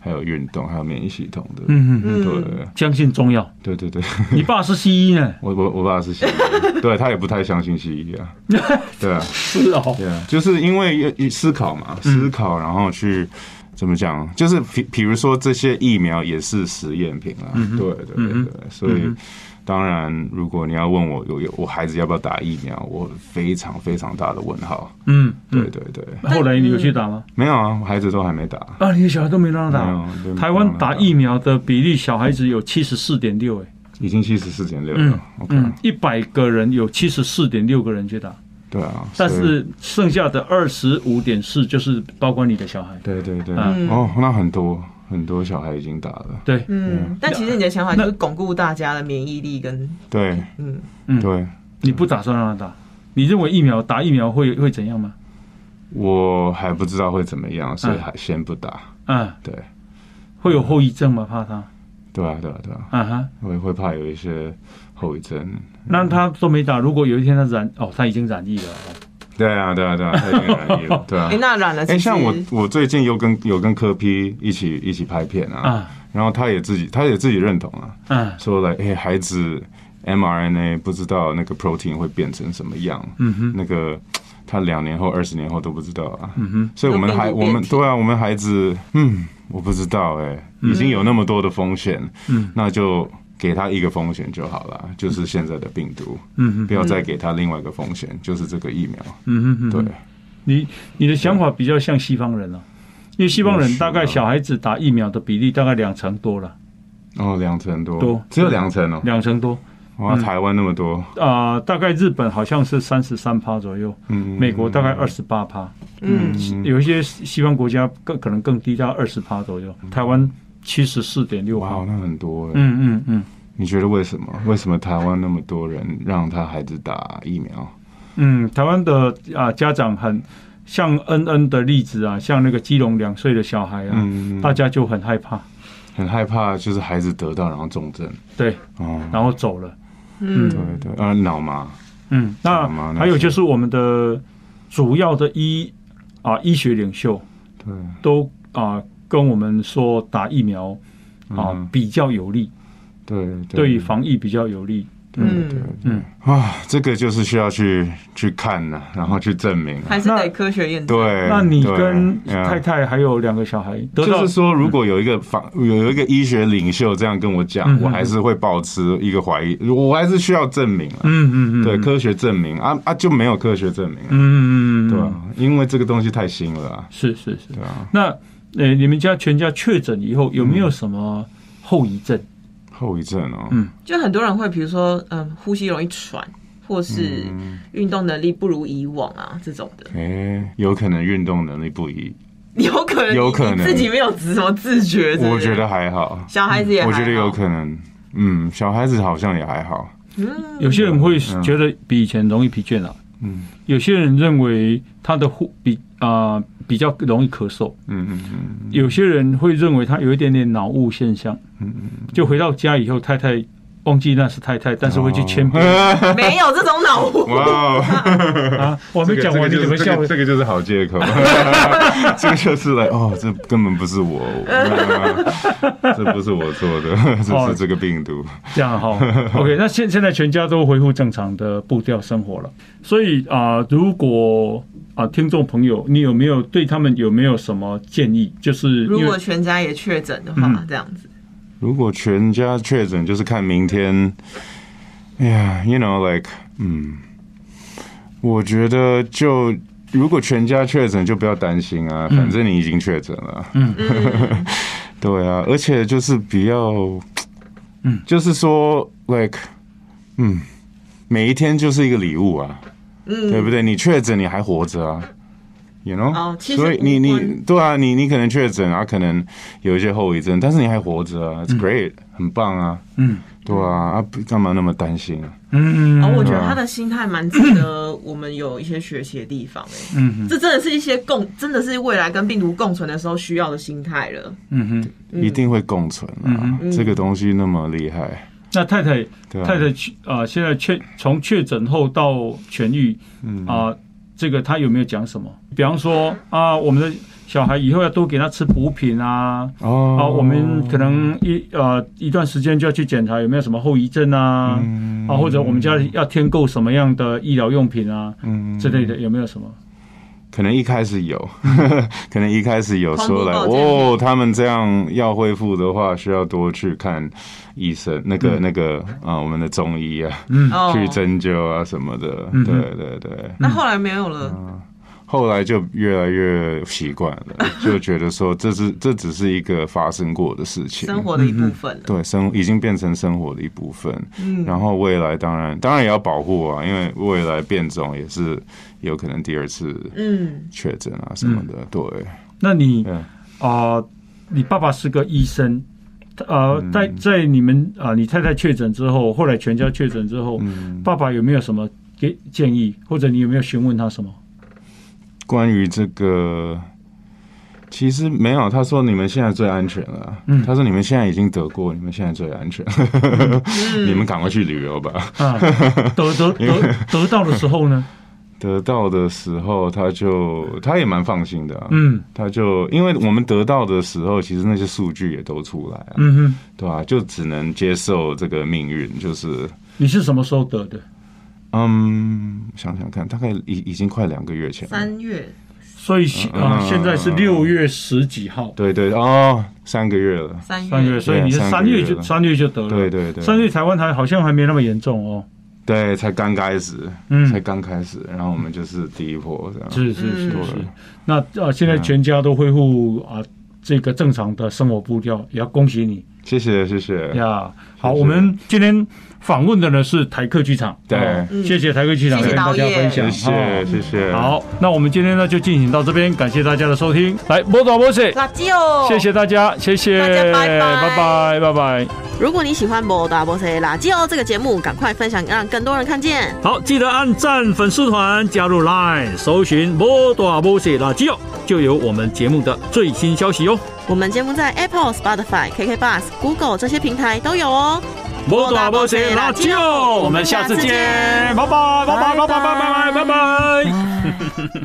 [SPEAKER 2] 还有运动，还有免疫系统的。
[SPEAKER 1] 嗯嗯嗯，
[SPEAKER 2] 对
[SPEAKER 1] 相信中药。
[SPEAKER 2] 对对对，
[SPEAKER 1] 你爸是西医呢？
[SPEAKER 2] 我我我爸是西医，对他也不太相信西医 啊。对啊，
[SPEAKER 1] 是哦，
[SPEAKER 2] 对啊，就是因为要思考嘛，
[SPEAKER 1] 嗯
[SPEAKER 2] 思考然后去。怎么讲？就是比比如说这些疫苗也是实验品啊，对对对
[SPEAKER 1] 嗯
[SPEAKER 2] 对，所以当然，如果你要问我有有我孩子要不要打疫苗，我非常非常大的问号。
[SPEAKER 1] 嗯，
[SPEAKER 2] 对
[SPEAKER 1] 嗯。
[SPEAKER 2] 对对，
[SPEAKER 1] 后来你有去打吗？
[SPEAKER 2] 没有啊，我孩子都还没打。
[SPEAKER 1] 嗯啊，你的小孩都没让他打。
[SPEAKER 2] 没有
[SPEAKER 1] 台湾打疫苗的比例，小孩子有七十四点六，哎，
[SPEAKER 2] 已经七十四点六
[SPEAKER 1] 嗯
[SPEAKER 2] 了。OK，
[SPEAKER 1] 嗯，一百个人有七十四点六个人去打，
[SPEAKER 2] 对啊，
[SPEAKER 1] 但
[SPEAKER 2] 所以
[SPEAKER 1] 是剩下的二十五点四就是包括你的小孩。
[SPEAKER 2] 对对对，
[SPEAKER 1] 嗯
[SPEAKER 2] 哦，那很多很多小孩已经打了，
[SPEAKER 1] 对，
[SPEAKER 3] 嗯，但其实你的想法
[SPEAKER 1] 那
[SPEAKER 3] 就是巩固大家的免疫力跟
[SPEAKER 2] 对，
[SPEAKER 3] 嗯，
[SPEAKER 1] 嗯
[SPEAKER 2] 对
[SPEAKER 1] 你不打算让他打，你认为疫苗打疫苗会会怎样吗？
[SPEAKER 2] 我还不知道会怎么样，所以
[SPEAKER 1] 嗯
[SPEAKER 2] 还先不打。
[SPEAKER 1] 啊，
[SPEAKER 2] 对，
[SPEAKER 1] 会有后遗症吗？怕他？
[SPEAKER 2] 对啊，对啊，对啊，
[SPEAKER 1] 啊哈，
[SPEAKER 2] 我也会怕有一些后遗症。
[SPEAKER 1] 那他都没打，如果有一天他染，哦，他已经染疫了。哦
[SPEAKER 2] 对啊，对啊，对啊，太容易了， 对啊
[SPEAKER 3] 哎，。那染了其
[SPEAKER 2] 哎，
[SPEAKER 3] 实
[SPEAKER 2] 像我，我最近又跟有跟柯 P 一起一起拍片
[SPEAKER 3] 嗯
[SPEAKER 2] 啊，
[SPEAKER 1] 啊，
[SPEAKER 2] 然后他也自己他也自己认同啊，
[SPEAKER 1] 嗯
[SPEAKER 2] 说了，哎，孩子 mRNA 不知道那个 protein 会变成什么样，
[SPEAKER 1] 嗯哼，
[SPEAKER 2] 那个他两年后、二十年后都不知道啊。
[SPEAKER 1] 嗯哼，
[SPEAKER 2] 所以我们孩
[SPEAKER 3] 有病毒
[SPEAKER 2] 我
[SPEAKER 3] 变
[SPEAKER 2] 们
[SPEAKER 3] 体
[SPEAKER 2] 对啊，我们孩子，嗯，我不知道哎、已经有那么多的风险，
[SPEAKER 1] 嗯
[SPEAKER 2] 那就给他一个风险就好了，就是现在的病毒，
[SPEAKER 1] 嗯哼，
[SPEAKER 2] 不要再给他另外一个风险，就是这个疫苗。
[SPEAKER 1] 嗯哼，嗯哼
[SPEAKER 2] 对，
[SPEAKER 1] 你你的想法比较像西方人了、啊因为西方
[SPEAKER 2] 也
[SPEAKER 1] 人
[SPEAKER 2] 许
[SPEAKER 1] 大概
[SPEAKER 2] 啊
[SPEAKER 1] 小孩子打疫苗的比例大概两成多了，
[SPEAKER 2] 哦，两成多，
[SPEAKER 1] 多
[SPEAKER 2] 只有两成哦，
[SPEAKER 1] 两嗯成多。
[SPEAKER 2] 哇，台湾那么多，
[SPEAKER 1] 啊、大概日本好像是三十三趴左右，
[SPEAKER 2] 嗯，
[SPEAKER 1] 美国大概二十八趴，
[SPEAKER 3] 嗯
[SPEAKER 1] 有一些西西方国家更可能更低，到二十趴左右。台湾七十四点六
[SPEAKER 2] 哇
[SPEAKER 1] 趴。，
[SPEAKER 2] 那很多哎、
[SPEAKER 1] 嗯嗯嗯
[SPEAKER 2] 你觉得为什么？为什么台湾那么多人让他孩子打疫苗？
[SPEAKER 1] 嗯，台湾的啊、家长很像恩恩的例子啊，像那个基隆两岁的小孩啊，
[SPEAKER 2] 嗯，
[SPEAKER 1] 大家就很害怕，
[SPEAKER 2] 很害怕，就是孩子得到然后重症。
[SPEAKER 1] 对，
[SPEAKER 2] 哦，
[SPEAKER 1] 然后走了。
[SPEAKER 3] 嗯，
[SPEAKER 2] 对对，啊，脑麻，
[SPEAKER 1] 嗯，那
[SPEAKER 2] 懂吗那
[SPEAKER 1] 还有就是我们的主要的医啊医学领袖
[SPEAKER 2] 对，
[SPEAKER 1] 都啊跟我们说打疫苗啊、
[SPEAKER 2] 嗯
[SPEAKER 1] 比较有利，
[SPEAKER 2] 对对
[SPEAKER 1] 对于防疫比较有利。
[SPEAKER 3] 嗯
[SPEAKER 2] 对
[SPEAKER 1] 嗯
[SPEAKER 2] 嗯啊，这个就是需要去去看呐、然后去证明、啊。
[SPEAKER 3] 还是
[SPEAKER 1] 那
[SPEAKER 3] 得科学验证。
[SPEAKER 2] 对，
[SPEAKER 1] 那你
[SPEAKER 2] 对
[SPEAKER 1] 跟
[SPEAKER 2] 嗯
[SPEAKER 1] 太太还有两个小孩得到
[SPEAKER 2] 就是说，如果有一个防有一个医学领袖这样跟我讲，
[SPEAKER 1] 嗯嗯
[SPEAKER 2] 我还是会保持一个怀疑，我还是需要证明啊。
[SPEAKER 1] 嗯嗯嗯，
[SPEAKER 2] 对，
[SPEAKER 1] 嗯
[SPEAKER 2] 科学证明啊啊就没有科学证明、啊，
[SPEAKER 1] 嗯嗯嗯，
[SPEAKER 2] 对啊，因为这个东西太新了、啊，
[SPEAKER 1] 是是是。
[SPEAKER 2] 对啊，
[SPEAKER 1] 那呃，你们家全家确诊以后有没有什么后遗症？
[SPEAKER 2] 后遗症哦，
[SPEAKER 1] 嗯
[SPEAKER 3] 就很多人会，比如说，嗯，呼吸容易喘，或是
[SPEAKER 2] 嗯
[SPEAKER 3] 运动能力不如以往啊，这种的，
[SPEAKER 2] 哎、有可能运动能力不一，
[SPEAKER 3] 有可能，
[SPEAKER 2] 有可能
[SPEAKER 3] 你自己没有自什么自觉，是不是
[SPEAKER 2] 我觉得还好，
[SPEAKER 3] 小孩子也还好，
[SPEAKER 2] 我觉得有可能，嗯嗯，小孩子好像也还好，
[SPEAKER 1] 有些人会觉得比以前容易疲倦了、
[SPEAKER 2] 嗯
[SPEAKER 1] 有些人认为他的呼比啊、比较容易咳嗽，
[SPEAKER 2] 嗯嗯嗯
[SPEAKER 1] 有些人会认为他有一点点脑雾现象，
[SPEAKER 2] 嗯嗯，
[SPEAKER 1] 就回到家以后，太太忘记那是太太，但是会
[SPEAKER 2] 哦
[SPEAKER 1] 去牵 别人、
[SPEAKER 2] 哇
[SPEAKER 3] 没有这种 脑雾。
[SPEAKER 2] 哦，
[SPEAKER 1] 啊。我还没
[SPEAKER 2] 这个
[SPEAKER 1] 讲完，
[SPEAKER 2] 这
[SPEAKER 1] 你怎么
[SPEAKER 2] 个就是这
[SPEAKER 1] 笑
[SPEAKER 2] 个？这个就是好借 口， 这个就是来哦，这根本不是我， 啊这不是我做的，
[SPEAKER 1] 哦
[SPEAKER 2] 这是这个病毒。
[SPEAKER 1] 这样哈 ，OK。那现现在全家都恢复正常的步调生活了，所以啊、如果啊、听众朋友，你有没有对他们有没有什么建议？就是
[SPEAKER 3] 如
[SPEAKER 1] 因为
[SPEAKER 3] 果全家也确诊的话
[SPEAKER 1] 嗯，
[SPEAKER 3] 这样子，
[SPEAKER 2] 如果全家确诊，就是看明天。Yeah，you know，like，嗯，我觉得就如果全家确诊，就不要担心啊，
[SPEAKER 1] 嗯
[SPEAKER 2] 反正你已经确诊了。嗯， 对啊，而且就是比较，
[SPEAKER 1] 嗯
[SPEAKER 2] 就是说，like，嗯，每一天就是一个礼物啊，对
[SPEAKER 3] 嗯，
[SPEAKER 2] 不对？你确诊，你还活着啊。You know，、
[SPEAKER 3] 哦其实
[SPEAKER 2] 所以你
[SPEAKER 3] 无
[SPEAKER 2] 你
[SPEAKER 3] 关
[SPEAKER 2] 对啊，你你可能确诊，然后可能有一些后遗症，但是你还活着啊，It's great，、很棒啊，
[SPEAKER 1] 嗯
[SPEAKER 2] 对啊，啊不干嘛那么担心啊？
[SPEAKER 1] 嗯
[SPEAKER 3] 然哦后我
[SPEAKER 2] 嗯
[SPEAKER 3] 觉得
[SPEAKER 2] 啊
[SPEAKER 3] 他的心态蛮值得
[SPEAKER 2] 嗯
[SPEAKER 3] 我们有一些学习的地方哎，
[SPEAKER 1] 嗯
[SPEAKER 3] 这真的是一些共，真的是未来跟病毒共存的时候需要的心态了。
[SPEAKER 1] 嗯哼。
[SPEAKER 3] 嗯
[SPEAKER 2] 一定会共存啊
[SPEAKER 1] 嗯，
[SPEAKER 2] 这个东西那么厉害，
[SPEAKER 1] 那太太
[SPEAKER 2] 对啊，
[SPEAKER 1] 太太去啊、现在确从确诊后到痊愈
[SPEAKER 2] 嗯
[SPEAKER 1] 啊、这个他有没有讲什么？比方说啊、我们的小孩以后要多给他吃补品啊，
[SPEAKER 2] 哦
[SPEAKER 1] 啊，我们可能一呃一段时间就要去检查有没有什么后遗症啊，
[SPEAKER 2] 嗯
[SPEAKER 1] 啊，或者我们家要添购什么样的医疗用品啊
[SPEAKER 2] 嗯
[SPEAKER 1] 之类的，有没有什么？
[SPEAKER 2] 可能一开始有， 可能一开始有说来
[SPEAKER 3] 狂怒
[SPEAKER 2] 哦，他们这样要恢复的话，需要多去看医生，那
[SPEAKER 1] 嗯
[SPEAKER 2] 个、那个啊、我们的中医啊，
[SPEAKER 3] 哦
[SPEAKER 2] 去针灸啊什么的，
[SPEAKER 1] 嗯哼
[SPEAKER 2] 对对对。
[SPEAKER 3] 那后来没有了，
[SPEAKER 2] 后来就越来越习惯了，就觉得说这是这只是一个发生过的事情，
[SPEAKER 3] 生活的一部分了。
[SPEAKER 2] 对生已经变成生活的一部分。
[SPEAKER 3] 嗯
[SPEAKER 2] 然后未来当然当然也要保护啊，因为未来变种也是有可能第二次
[SPEAKER 3] 嗯，
[SPEAKER 2] 确诊啊什么
[SPEAKER 1] 嗯
[SPEAKER 2] 的。对，
[SPEAKER 1] 那你
[SPEAKER 2] 嗯
[SPEAKER 1] 啊、你爸爸是个医生，呃，
[SPEAKER 2] 嗯
[SPEAKER 1] 在在你们啊、你太太确诊之后，后来全家确诊之后，
[SPEAKER 2] 嗯，
[SPEAKER 1] 爸爸有没有什么给建议，或者你有没有询问他什么？
[SPEAKER 2] 关于这个。其实没有，他说你们现在最安全了。
[SPEAKER 1] 嗯
[SPEAKER 2] 他说你们现在已经得过，你们现在最安全，
[SPEAKER 1] 嗯
[SPEAKER 2] 你们赶快去旅游吧。
[SPEAKER 1] 啊，得得得得到的时候呢？
[SPEAKER 2] 得到的时候，他就他也蛮放心的、啊，
[SPEAKER 1] 嗯
[SPEAKER 2] 他就因为我们得到的时候，其实那些数据也都出来啊，
[SPEAKER 1] 嗯哼，
[SPEAKER 2] 对吧、就只能接受这个命运，就是
[SPEAKER 1] 你是什么时候得的？
[SPEAKER 2] 嗯，想想看，大概已已经快两个月前了，
[SPEAKER 3] 三月
[SPEAKER 1] 所以啊、
[SPEAKER 2] 嗯
[SPEAKER 1] 现在是六月十几号，
[SPEAKER 2] 对对哦，三个月了，
[SPEAKER 3] 三
[SPEAKER 1] 三月，
[SPEAKER 3] 月，
[SPEAKER 1] 所以你是
[SPEAKER 2] 对啊
[SPEAKER 1] 三月就
[SPEAKER 2] 三
[SPEAKER 1] 三月就得了。
[SPEAKER 2] 对对对，
[SPEAKER 1] 三月台湾还好像还没那么严重哦。
[SPEAKER 2] 对才刚开始，
[SPEAKER 1] 嗯
[SPEAKER 2] 才刚开始，然后我们就是第一波这样，
[SPEAKER 1] 是是是
[SPEAKER 2] 嗯
[SPEAKER 1] 是。那啊，现在全家都恢复啊，这个正常的生活步调，也要恭喜你
[SPEAKER 2] 谢谢谢谢，
[SPEAKER 1] 呀。好，我们今天访问的呢是台客剧场，
[SPEAKER 2] 对
[SPEAKER 1] 哦
[SPEAKER 3] 嗯
[SPEAKER 1] 谢谢台客剧场
[SPEAKER 3] 谢
[SPEAKER 1] 跟
[SPEAKER 3] 谢
[SPEAKER 1] 大
[SPEAKER 3] 导
[SPEAKER 1] 家分
[SPEAKER 3] 演
[SPEAKER 1] 享，
[SPEAKER 2] 谢谢
[SPEAKER 1] 哦
[SPEAKER 2] 谢谢，，
[SPEAKER 1] 好，那我们今天呢就进行到这边，感谢大家的收听，来摸到摸水，
[SPEAKER 3] 垃圾哦，
[SPEAKER 1] 谢谢大家，谢谢，
[SPEAKER 3] 大家拜拜
[SPEAKER 1] 拜拜，拜拜。
[SPEAKER 3] 如果你喜欢《波达波塞垃圾哦》这个节目，赶快分享，让更多人看见。
[SPEAKER 4] 好，记得按赞粉丝团，加入 Line，搜寻“波大波西垃圾哦”，就有我们节目的最新消息哦。
[SPEAKER 3] 我们节目在 Apple、Spotify、KK Bus、Google 这些平台都有哦。
[SPEAKER 4] 波大波西垃圾哦，我们下次见，拜拜，拜拜，拜拜，拜拜，拜拜。